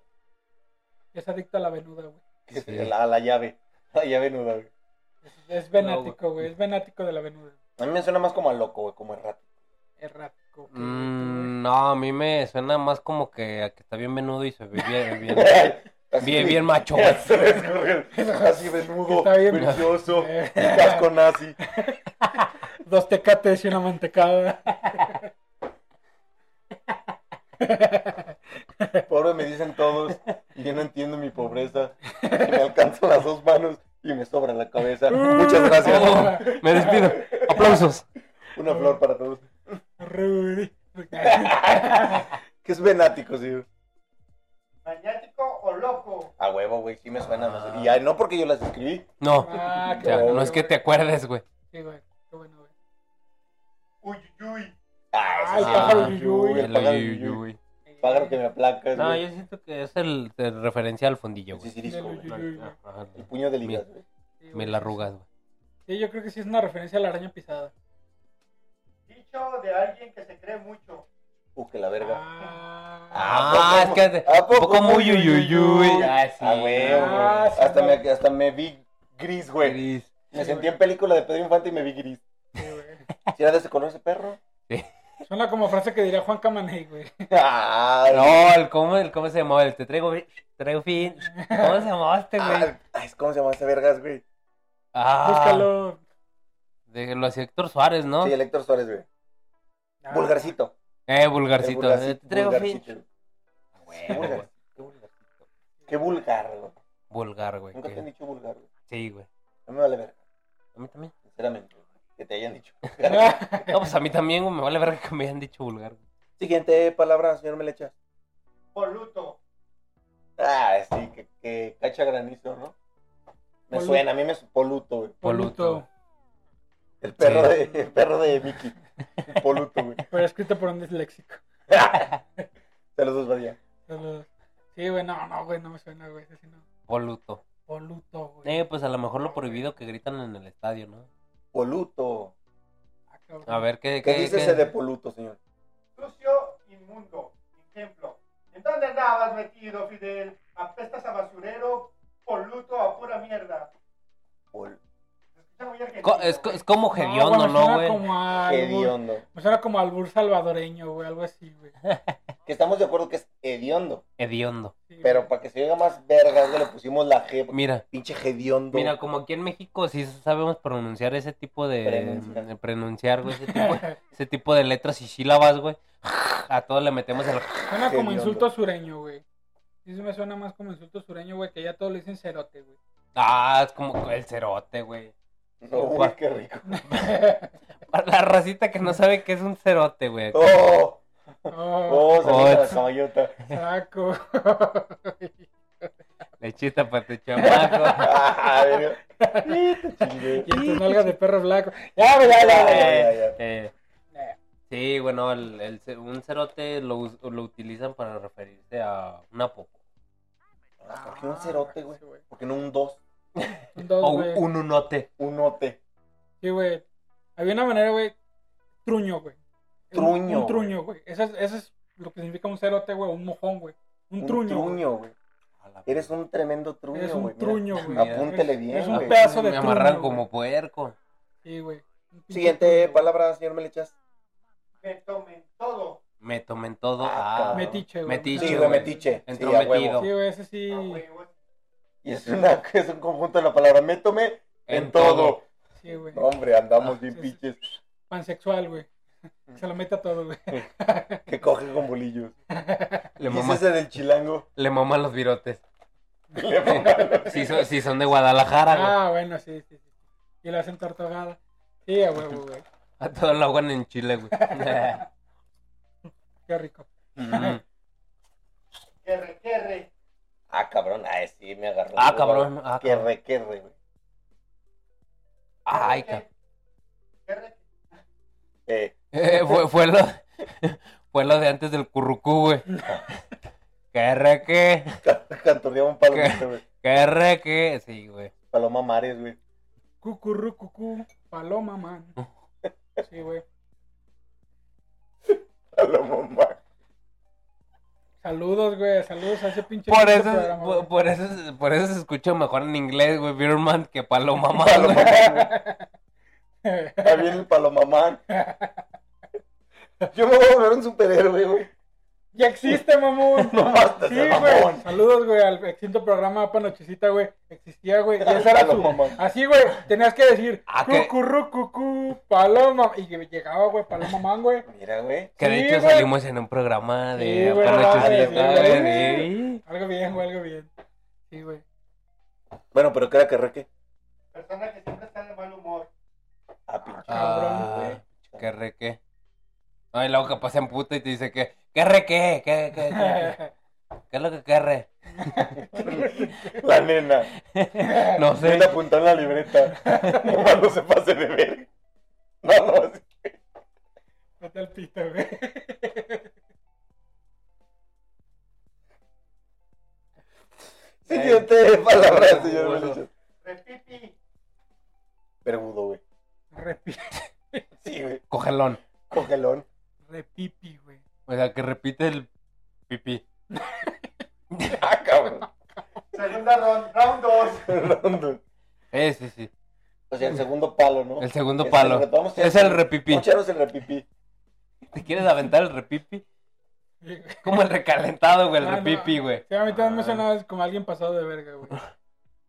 B: Es adicto a la venuda, güey.
A: Que es
C: Sí.
A: la- a la llave, a la llave nuda, güey.
B: Es, es venático, güey. Es venático de la venuda.
A: A mí me suena más como a loco, güey, como a rato. este
B: Errático. güey,
C: Mm, no, a mí me suena más como que, a que está bien menudo y se ve bien, bien,
A: Así-
C: bien, bien macho, güey.
A: Se me escurrió. Así desnudo,
B: Está bien.
A: precioso,
B: Eh.
A: y casco nazi.
B: tú. Dos tecates y una mantecada.
A: Pobre me dicen todos, y yo no entiendo mi pobreza. Y me alcanzo las dos manos y me sobra la cabeza. Muchas gracias.
C: Oh, me despido. Aplausos.
A: Una flor para todos.
B: Arre, güey.
A: ¿Qué es venático, sí?
D: Maniático o loco.
A: A huevo, güey, sí me suena. no sé.
C: Ah.
A: Y ya, no porque yo las escribí.
C: No,
B: Ah,
C: o
B: qué
C: sea,
B: bueno,
C: no es
B: güey.
C: que te acuerdes, güey.
B: Sí, güey, qué bueno, güey.
D: Uy, uy, uy.
A: Ah,
B: Ay,
A: ese sí.
B: pájaro
A: Ah,
B: yuyuy.
A: el
C: El
A: pájaro
C: uy, uy,
A: yuyuy.
C: uy.
A: Pájaro que me aplaca.
C: No,
A: güey.
C: yo siento que es el, el referencial al fundillo,
A: El
C: güey.
A: sisirisco,
B: Del
A: güey.
B: uy, uy, uy.
C: Ajá,
A: El puño de ligas, güey.
B: Sí, güey.
C: Me la arrugas, güey.
B: Sí, yo creo que sí es una referencia a la araña pisada.
D: Dicho de alguien que se cree mucho.
A: Uh, que la verga.
B: Ah,
C: Ah,
A: ¿a
C: es
A: poco-
C: que hace-
A: ¿a
C: un poco muy uyuyuy. Ah, sí.
A: Ah, güey, güey.
B: Ah, sí,
A: hasta,
B: no.
A: me, hasta me vi gris, güey.
C: Gris.
A: Me
B: Sí,
A: sentí
B: güey.
A: en película de Pedro Infante y me vi gris.
B: sí, güey.
A: ¿Si era de ese color ese perro?
B: Suena como frase que diría Juan Camaney, güey.
A: Ah,
C: No, el cómo, el cómo se llamaba el te traigo, te traigo fin. ¿Cómo se llamaba este, güey?
A: Ah, ay, ¿Cómo se llama ese vergas, güey?
C: Ah,
B: Búscalo.
C: de los Héctor Suárez, ¿no?
A: Sí, el Héctor Suárez, güey.
B: Ah,
A: Vulgarcito.
C: Eh,
A: El
C: vulgarcito. eh, te traigo fin.
A: vulgarcito.
C: Ah,
A: Qué
C: güey, güey.
A: vulgar. Qué vulgarcito. Qué vulgar, güey.
C: Vulgar, güey.
A: Nunca te
C: que-
A: han dicho vulgar, güey.
C: Sí, güey.
A: No me vale verga,
C: A mí también.
A: sinceramente. güey, Que te hayan dicho.
B: Ah.
C: No, pues a mí también, güey. Me vale verga que me hayan dicho vulgar. güey.
A: Siguiente palabra, señor Melecha.
D: Poluto.
A: Ah, sí, que, que cacha granizo, ¿no? Me
B: Poluto.
A: suena, a mí me es poluto, güey.
B: Poluto.
A: El perro,
C: Sí.
A: de, el perro de Mickey. Poluto, güey.
B: Pero escrito por un disléxico.
A: Saludos, Badía.
B: Saludos. Sí, güey, no, no, güey, no me suena, güey. ese sí no.
C: Poluto.
B: Poluto, güey.
C: Eh, pues a lo mejor lo prohibido que gritan en el estadio, ¿no?
A: Poluto.
B: Ah, cabrón.
C: A ver, ¿qué,
A: ¿Qué dice ese de poluto, señor?
D: Sucio, inmundo. Ejemplo. ¿En dónde andabas metido, Fidel? Apestas a basurero, poluto, a pura mierda.
A: Pol
D: Se escucha muy argentino,
C: Co- es, co-
D: güey.
C: es como
B: No,
C: hediondo,
B: güey, me
C: ¿no,
B: suena
C: güey?
B: como a albur-
A: hediondo.
B: Me suena como albur salvadoreño, güey, algo así, güey.
A: Que estamos de acuerdo que es hediondo.
C: Hediondo.
B: Sí,
A: Pero
B: güey.
A: para que se oiga más vergas, güey, le pusimos la G. porque
C: Mira,
A: Pinche hediondo.
C: mira, como aquí en México sí sabemos pronunciar ese tipo de...
A: Pronunciar.
C: de pronunciar, güey, ese tipo, ese tipo de letras y sílabas, güey. A todos le metemos el...
B: Suena
A: Qué
B: como
A: hediondo.
B: insulto sureño, güey. Sí, se me suena más como insulto sureño, güey, que ya todos le dicen cerote, güey.
C: Ah, es como el cerote, güey.
A: No, güey,
C: Guau.
A: qué rico.
C: Para la racita que no sabe que es un cerote, güey.
A: Oh,
B: Oh,
A: oh, saludos a la
C: Oh.
A: caballota.
B: saco.
C: Lechita para tu chamaco.
A: Ah, verga. Te chingué.
B: y en tus nalgas de perro blanco.
A: Ya, güey, ya, ya, ya, ya, ya.
C: Eh, sí, bueno, el, el ce- un cerote lo, us- lo utilizan para referirse a una popo.
A: Ah, ¿Por qué un cerote, güey? ¿Por qué no un dos?
B: Un dos,
C: O
B: Oh,
C: un,
B: güey.
C: un unote.
A: Un ote.
B: Sí, güey. Había una manera, güey. Truño, güey. Un-
A: Truño,
B: Un, truño, güey. Eso es, eso es lo que significa un cerote, güey. Un mojón, güey. Un,
A: Un
B: truño. güey.
A: truño, güey. Eres un tremendo truño,
B: Eres
A: güey,
B: un
A: mira.
B: truño, güey.
C: mira.
A: Apúntele bien,
B: Es un
A: güey.
B: pedazo de
C: Me
B: truño,
C: amarran
B: güey.
C: como puerco.
B: Sí, güey. Un pinche
A: Siguiente
B: truño,
A: palabra, señor Melechas.
D: Me tomen todo.
C: Me tomen todo.
A: Ah,
C: Ah,
A: cabrón.
B: Metiche, güey.
C: Metiche,
A: Sí,
B: Metiche,
A: güey,
C: güey.
A: metiche. Sí, a
C: Entrometido.
A: huevo.
B: Sí, güey, ese sí.
D: A huevos.
A: Y es, una, es un conjunto de la palabra. Métome en, todo.
B: Sí, güey.
A: No, hombre, andamos
B: Ah,
A: bien
B: sí, sí.
A: pinches.
B: Pansexual, güey. Se lo mete a todo, güey.
A: Que coge con bolillos.
C: Le
A: y es
C: maman,
A: ese del chilango.
C: le maman los virotes.
A: Le mama.
C: Si son, si son de Guadalajara, güey.
B: Ah, bueno, sí, sí, sí. Y lo hacen tortogada. Sí, a huevo, güey.
C: A todos lo ahogan en Chile, güey.
B: Qué rico.
C: Mm.
D: Querre, querre.
A: ah, cabrón. Ah, sí, me agarró.
C: ah, cabrón. Ah,
A: Qué
C: cabrón.
A: re, qué re, güey.
C: Ay, cabrón.
D: Querre.
A: Eh,
C: Eh, fue, fue lo, fue lo de antes del currucú, güey. ¿Qué re qué?
A: ca- canturreaba un palomito, güey.
C: ¿Qué re qué? Sí, güey.
A: Paloma Mares, güey.
B: Cucurru, cucú, paloma, man. Sí, güey.
A: Paloma Mares.
B: Saludos, güey. Saludos a ese pinche.
C: Por
B: pinche
C: eso,
B: programa,
C: por,
B: güey.
C: por eso, por eso se escucha mejor en inglés, güey, Birman que Paloma Mamá.
A: Paloma Mares, güey. Está bien el palomamán. Yo me voy a volver un superhéroe, güey.
B: ya existe, mamón.
A: No basta,
B: Sí,
A: ser
B: güey.
A: mamón.
B: Saludos, güey, al extinto programa Apa Nochecita, güey. Existía, güey. Y esa era
A: Paloma,
B: su.
A: mamón.
B: Así, güey, tenías que decir
C: Ah, ¿qué?
B: cucurru, cucú, paloma. Y que llegaba, güey, paloma man, güey.
A: Mira, güey.
C: Que de
B: Sí,
C: hecho
B: güey.
C: salimos en un programa
B: Sí,
C: de
B: güey,
C: Apolo
B: no mames,
C: 800,
A: sí,
C: güey,
B: güey.
C: sí.
B: Algo bien, güey, algo bien. Sí, güey.
A: Bueno, pero ¿qué era que reque?
D: Persona que siempre está de mal humor.
A: Ah, pinche.
B: Cabrón,
C: Ah,
A: güey.
C: qué re qué. No, y luego capaz se emputa y te dice que, ¿querre qué? ¿Qué, qué, qué, ¿Qué es lo que querre?
A: La nena.
C: No sé.
A: Nena apuntó en la libreta. Nomás no se pase de ver. No, no. sí.
B: Vete al pito, güey.
A: Siguiente palabra, señor
C: bueno.
A: Melchor.
D: Repipi.
A: Pergudo, güey.
B: Repi-
A: Sí, güey.
C: Cogelón.
A: Cogelón.
B: Repipi, güey.
C: O sea, que repite el pipí.
A: Ah, cabrón.
D: Segunda ronda, round 2.
A: Rondo.
C: Eh, sí, sí.
A: O sea, el segundo palo, ¿no?
C: El segundo
A: Es
C: palo.
A: el- vamos a hacer-
C: Es el repipí.
A: Poncharos el repipí.
C: ¿Te quieres aventar el repipi? Como el recalentado, güey, el
B: Ah, no.
C: repipi, güey.
B: Sí, a mí también me
C: Ah.
B: suena como alguien pasado de verga, güey.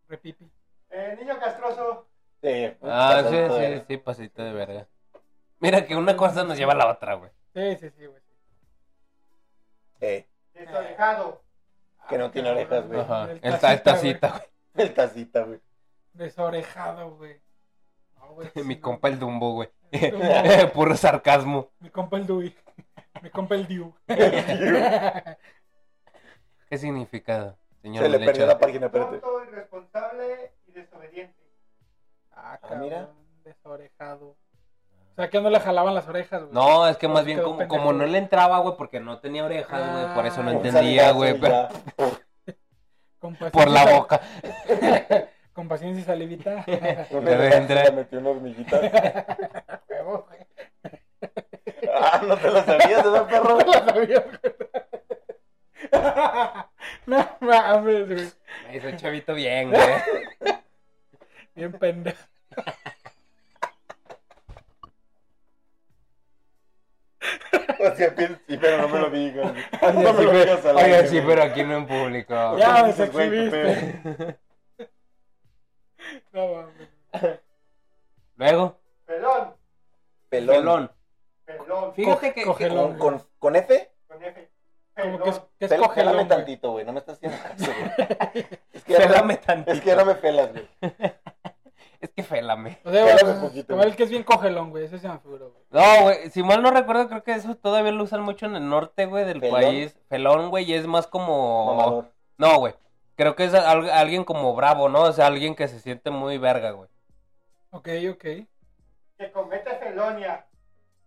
B: Repipi.
D: Eh, niño castroso.
A: Sí. un
C: Ah, sí,
A: pasadito
C: sí,
A: de-
C: sí, pasito de verga. Mira que una cosa nos lleva a la otra, güey.
B: Sí, sí, sí, güey.
A: Sí.
D: Desorejado.
A: Que no tiene orejas, güey.
C: Ajá.
B: Ah, El
C: Esta,
B: tacita,
C: esta
B: güey.
C: cita, güey.
A: El tacita, güey.
B: Desorejado, güey. No, güey, sí,
C: Mi
B: no.
C: compa el Dumbo, güey.
B: El Dumbo.
C: Puro sarcasmo.
B: Mi compa el Dui. Mi compa el Ah, Diu.
C: ¿Qué significado, señor?
A: Se le
C: Melchor?
A: perdió la página, espérate.
D: Tonto, irresponsable y desobediente.
B: Ah,
A: mira.
B: Desorejado. O sea, que no le jalaban las orejas, güey.
C: No, es que
B: No,
A: Oh,
C: más
B: se
C: bien
B: quedó
C: como,
B: pendejo.
C: como no le entraba, güey, porque no tenía orejas, güey, por eso no
B: Ah.
A: Un
C: entendía,
A: salivazo
C: güey,
A: y
C: pero
A: ya.
B: Con paciencia
C: por la
B: y sal-
C: boca.
B: Con paciencia y salivita.
A: Una
C: Debe
A: vez
C: entrar.
A: la metió una hormiguita.
B: Huevo, güey.
A: Ah, no te la sabías, ¿verdad, perro?
B: La sabía, güey. No mames, güey.
C: Me hizo chavito bien, güey.
B: Bien pendejo.
A: O sea, pienso- sí, pero no me lo digas. güey.
C: Oiga,
A: No me
C: sí,
A: lo
C: pero,
A: digas al
C: oiga,
A: aire,
C: sí,
A: güey.
C: pero aquí no en público.
B: Ya,
A: Porque
B: me
A: dices, pues, güey, qué
B: exhibiste.
A: pedo.
B: No mames.
C: Luego,
D: Pelón.
A: Pelón.
C: pelón.
D: Pelón.
C: Fíjate que,
B: coge-
C: que-
A: ¿Con, con, con F?
D: Con F.
B: Como que es,
D: Pelón.
B: que es
A: Pel-
B: cogelón,
A: pélame
B: güey.
A: tantito, güey. No me estás haciendo caso, güey. Es que, ya no,
C: Félame tantito.
A: es que ya no me pelas, güey.
C: Es que félame.
B: O sea,
A: Pélame
B: güey,
A: poquito,
B: como
A: güey.
B: el que es bien cogelón, güey. Ese se me figuró, güey.
C: No, güey, si mal no recuerdo, creo que eso todavía lo usan mucho en el norte, güey, del
A: Pelón.
C: país. Pelón, güey, y es más como...
A: Mamador.
C: No, güey. Creo que es al- alguien como bravo, ¿no? O sea, alguien que se siente muy verga, güey.
B: Ok, ok.
D: Que comete felonia.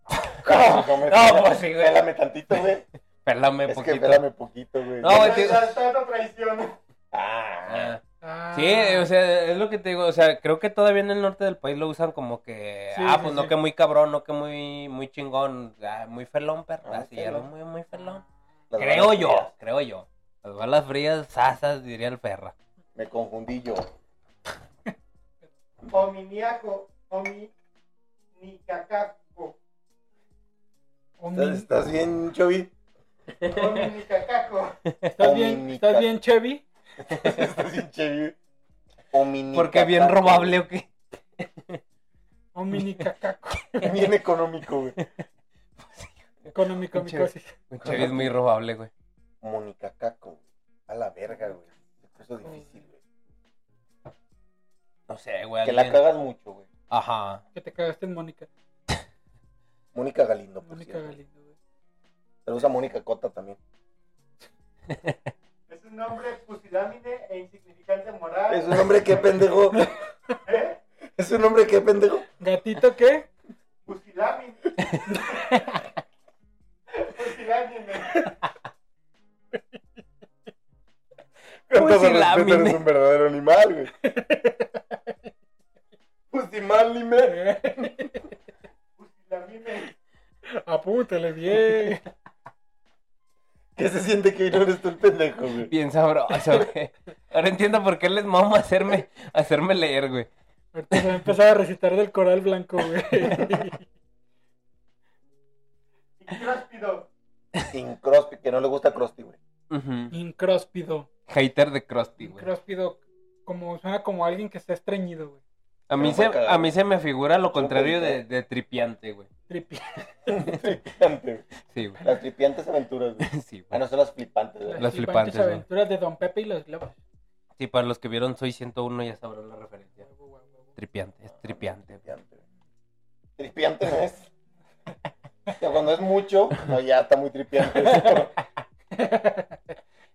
A: No,
C: pues sí, güey.
A: Pélame tantito, güey.
C: Félame
A: Es
C: poquito.
A: que pélame poquito, güey.
C: No, güey,
D: Que
C: te-
D: Saltando traición.
A: Ah.
C: Ah.
B: Ah.
C: Sí, o sea, es lo que te digo, o sea, creo que todavía en el norte del país lo usan como que,
B: Sí,
C: ah,
B: sí,
C: pues
B: sí.
C: no que muy cabrón, no que muy muy chingón, ah, muy felón, perro,
A: Ah,
C: así,
A: felón.
C: algo muy, muy felón.
A: Las
C: creo
A: balas
C: yo,
A: frías.
C: creo yo. Las balas frías, sasas, diría el perra.
A: Me confundí yo.
D: Hominiaco. Hominicacaco.
A: ¿Estás,
B: Omin-
A: estás bien, Chovy?
D: Hominicacaco.
B: ¿Estás bien,
A: Dominica-
B: ¿Estás bien, Chevy?
A: ¿Estás bien, Chevy? Hominicacaco.
C: Porque bien robable o qué.
B: O mini cacaco.
A: Bien económico, güey.
B: Económico, mi
C: Chevy.
B: cosi.
C: Un Chevy es muy robable, güey.
A: Monicacaco. güey. A la verga, güey. Eso es difícil, güey.
C: No sé, güey.
A: Que la
C: alguien-
A: cagas mucho, güey.
C: Ajá.
B: Que te cagaste en Mónica.
A: Mónica Galindo, por
B: Mónica
A: pues, cierto.
B: Galindo, güey.
A: Saludos a Mónica Cota también.
D: Es un nombre pusilámine e insignificante moral.
A: Es un hombre que pendejo.
D: ¿Eh?
A: Es un hombre que pendejo.
B: ¿Gatito qué?
D: Pusilámine. pusilámine.
A: Cuánto se respeta,
C: Pusilánime.
A: eres un verdadero animal, güey. Pues Pusimánime.
D: Pusilámine.
B: Apúntale bien.
A: ¿Qué se siente que no eres tú el pendejo, güey?
C: Bien sabroso, güey. Ahora entiendo por qué les mamo hacerme, hacerme leer, güey.
B: Ahorita se va a empezar a recitar del coral blanco, güey.
D: Cróspido.
A: Sin Crosby, que no le gusta Crosby, güey.
C: Ujú.
B: Incróspido.
C: Hater de Krusty, güey.
B: Incróspido. Como, suena como alguien que está estreñido, güey.
C: A mí,
A: Pero fue
C: se,
A: cagado.
C: a mí se me figura lo
A: Fue un
C: contrario de,
A: poquito.
C: de tripiante, güey.
B: Tripi.
A: Flipante, güey.
C: Sí, güey.
A: Las flipiantes aventuras, güey.
C: Sí, güey.
A: Ah, no, son las flipantes, güey.
C: Las
B: flipantes
C: flipantes, güey.
B: aventuras de Don Pepe y los globos.
C: Sí, para los que vieron Soy 101 ya sabrán la referencia. Tripiante, es tripiante.
A: Tripiante, güey. Tripiante no es. Ya cuando es mucho, no, ya está muy tripiante.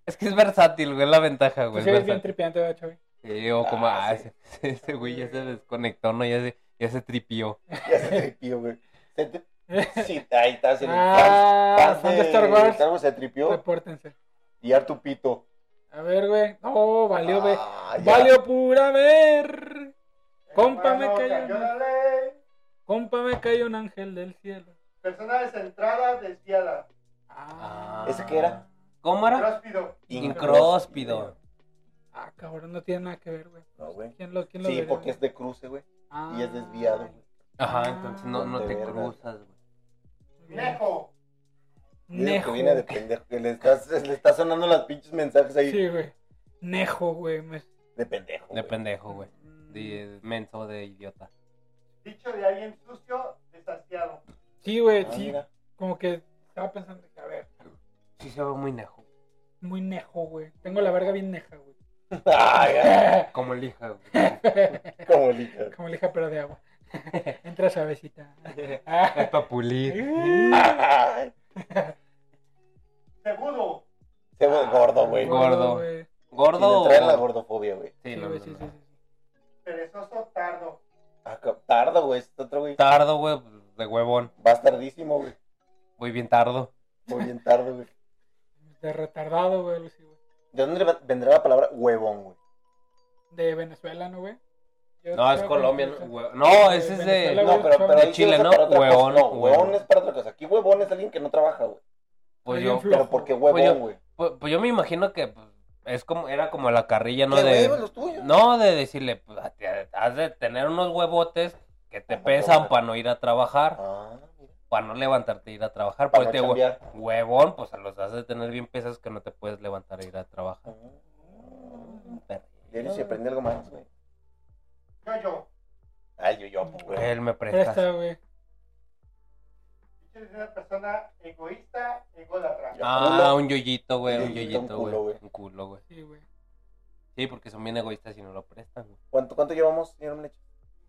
C: Es que es versátil, güey, es la ventaja,
B: Tú
C: güey.
B: sí
C: Pues
B: eres
C: es
B: bien
C: versátil.
B: tripiante, ¿verdad, Chavi?
C: Sí, o como,
A: Ah,
C: ah,
A: sí.
C: ese, ese güey ya se desconectó, ¿no? Ya se, ya se tripió.
A: ya se tripió, güey. Se tri- Sí, ahí estás en el
B: Ah,
A: fan- fan
B: fan de Star Wars.
A: Star Wars se tripió
B: Repórtense.
A: y harto pito.
B: A ver, güey. No, valió, güey.
A: Ah, ya.
B: Valió pura ver. Compa, me
D: Hermano,
B: cayó
D: cayó
B: una-
D: la ley.
B: Compa, me cayó un ángel del cielo.
D: Persona descentrada, desviada.
B: Ah.
A: ¿Ese qué era?
C: ¿Cómo era?
D: Tráspido.
C: Incróspido.
B: Ah, cabrón, no tiene nada que ver, güey.
A: No, güey.
B: ¿Quién lo, quién lo
A: Sí,
B: vería,
A: porque
B: güey?
A: es de cruce, güey.
B: Ah.
A: Y es desviado, güey.
C: Ajá, entonces no, no te
A: Verga.
C: cruzas, güey.
D: Nejo.
A: Mira
B: Nejo.
A: Que viene de pendejo. que Le estás, le estás sonando los pinches mensajes ahí
B: Sí, güey. Nejo, güey. me-
A: de pendejo. güey.
C: De pendejo, güey. De menso, de idiota.
D: Dicho de alguien sucio, desasiado.
B: Sí, güey,
A: Ah,
B: sí.
A: mira.
B: Como que estaba pensando que, a ver,
C: Sí se ve muy nejo.
B: muy nejo, güey. Tengo la verga bien neja, güey.
A: Ay, ay,
C: Como lija, güey.
A: como el hijo.
B: Como lija, pero de agua. Entra suavecita.
C: Es pa' pulir.
A: Ay,
D: Segundo.
A: Se ve gordo, güey.
C: Gordo.
A: Gordo.
C: ¿Gordo
A: traen la
C: o...?
A: gordofobia, güey.
C: Sí,
B: Sí,
C: no,
B: güey,
C: no,
B: sí,
C: no.
B: sí, sí.
D: Perezoso, tardo.
A: Acá- Ah, Tardo, güey. Este otro, güey.
C: Tardo, güey, de huevón.
A: Vas tardísimo, güey.
C: Voy bien tardo.
A: Muy bien tarde, güey.
B: De retardado, güey, algo así, güey.
A: ¿De dónde va- vendrá la palabra huevón, güey?
B: de Venezuela, ¿no, güey? Yo
C: No, es
B: creo que
C: Colombia,
B: Venezuela-
C: no, hue- Eh, no,
B: de
C: ese es de-
B: Venezuela,
A: No,
B: güey,
A: pero, pero
B: son-
A: ahí se
C: Chile,
A: usa
C: ¿no?
A: para otra cosa.
C: Huevón,
A: No, huevón
C: huevón.
A: es para otra cosa. Aquí huevón es alguien que no trabaja, güey.
C: Pues
B: Alguien
C: yo,
B: flojo.
A: Pero porque
C: Pues yo-
A: huevón, güey.
C: pues, pues yo me imagino que pues, es como, era como la carrilla, ¿no?
A: ¿Qué
C: De,
A: huevos los tuyos?
C: no, de decirle, pues, a- te- has de tener unos huevotes que te
A: Para
C: pesan
A: trabajar.
C: para no ir a trabajar,
A: Ah, mira.
C: para no levantarte e ir a trabajar.
A: Para
C: Pues
A: no
C: te hue-
A: chambear.
C: huevón, pues los has de tener bien pesas que no te puedes levantar e ir a trabajar.
A: Ah, Diario se aprende algo más, güey.
D: Yo, yo.
A: Ay, yo, yo, pues, güey.
C: Él me
B: Presta,
C: presta.
B: güey.
D: Dicho de una persona egoísta, ególatra.
A: Ya.
C: Ah,
A: Culo.
C: un yoyito, güey, un
A: Un yoyito,
C: yoyito,
A: un culo,
C: güey.
A: güey.
C: Un culo, güey.
B: Sí, güey.
C: Sí, porque son bien egoístas y no lo prestan, güey.
A: ¿Cuánto, ¿Cuánto llevamos, señor Mlech?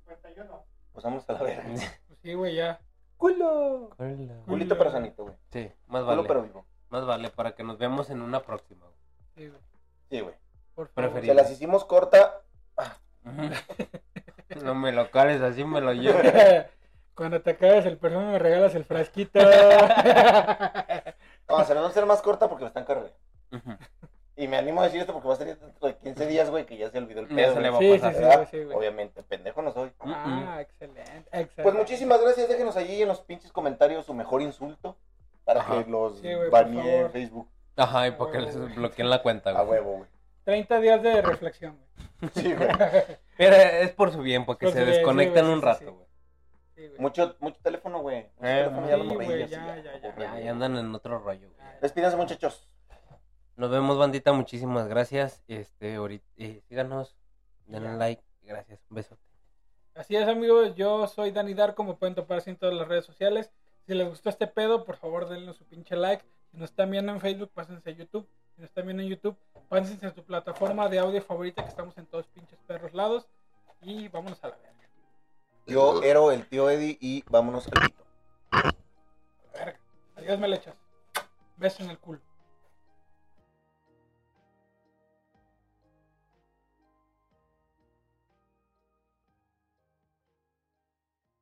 D: 51.
A: Pues vámonos a la verga.
B: Pues sí, güey, ya.
A: Culo.
C: Culo.
A: Culito pero sanito, güey.
C: Sí, más
A: Culo
C: vale.
A: pero vivo.
C: Más vale para que nos veamos en una próxima. güey.
B: Sí, güey.
A: Sí, güey.
B: Por favor.
A: Se
C: Preferible.
A: las hicimos corta.
C: No me lo cales, así me lo llevo.
B: Cuando te acabes el perfume me regalas el frasquito.
A: No, se las vamos a hacer más corta porque me están cargando. Y me animo a decir esto porque va a ser dentro de 15 días, güey, que ya se olvidó el
C: Ya
A: pedo.
C: se le
A: güey.
C: va
B: sí,
C: a
B: sí,
C: pasar.
B: sí,
A: ¿Verdad?
B: güey, sí, güey.
A: Obviamente, pendejo no soy.
B: Ah, excelente, excelente.
A: Pues muchísimas gracias. Déjenos allí en los pinches comentarios su mejor insulto para
C: Ajá.
A: que los
B: Sí, güey, por
A: banee
B: favor.
A: en Facebook.
C: Ajá, y
B: A
C: porque
B: huevo,
C: les
B: güey.
C: bloquean la cuenta,
A: A
C: güey.
A: huevo, güey.
B: 30 días de reflexión, güey.
A: Sí, güey.
C: Mira, es por su bien, porque
B: Por
C: se
B: su bien, sí,
C: desconectan
B: güey,
C: un
B: sí,
C: rato,
B: sí.
C: güey.
B: Sí, güey.
A: Mucho, mucho teléfono, güey. Mucho
C: Eh,
A: teléfono, ya
C: sí,
A: los morrillos.
B: güey,
A: sí,
B: ya, ya, ya,
C: Ya, ya andan en otro rollo,
B: Ah,
C: güey.
A: Despídanse, muchachos.
C: Nos vemos, bandita. Muchísimas gracias. Este, ahorita, eh, síganos, denle
B: Ya.
C: like. Gracias, un beso.
B: Así es, amigos. Yo soy Dani Darko. Me pueden topar así en todas las redes sociales. Si les gustó este pedo, por favor, denle su pinche like. Si nos están viendo en Facebook, pásense a YouTube. Si nos están viendo en YouTube, pásense a su plataforma de audio favorita, que estamos en todos pinches perros lados. Y vámonos a la verga.
A: Yo, Ero, el tío Eddie y vámonos al pito.
B: Verga. Adiós, me lechas. Beso en el culo.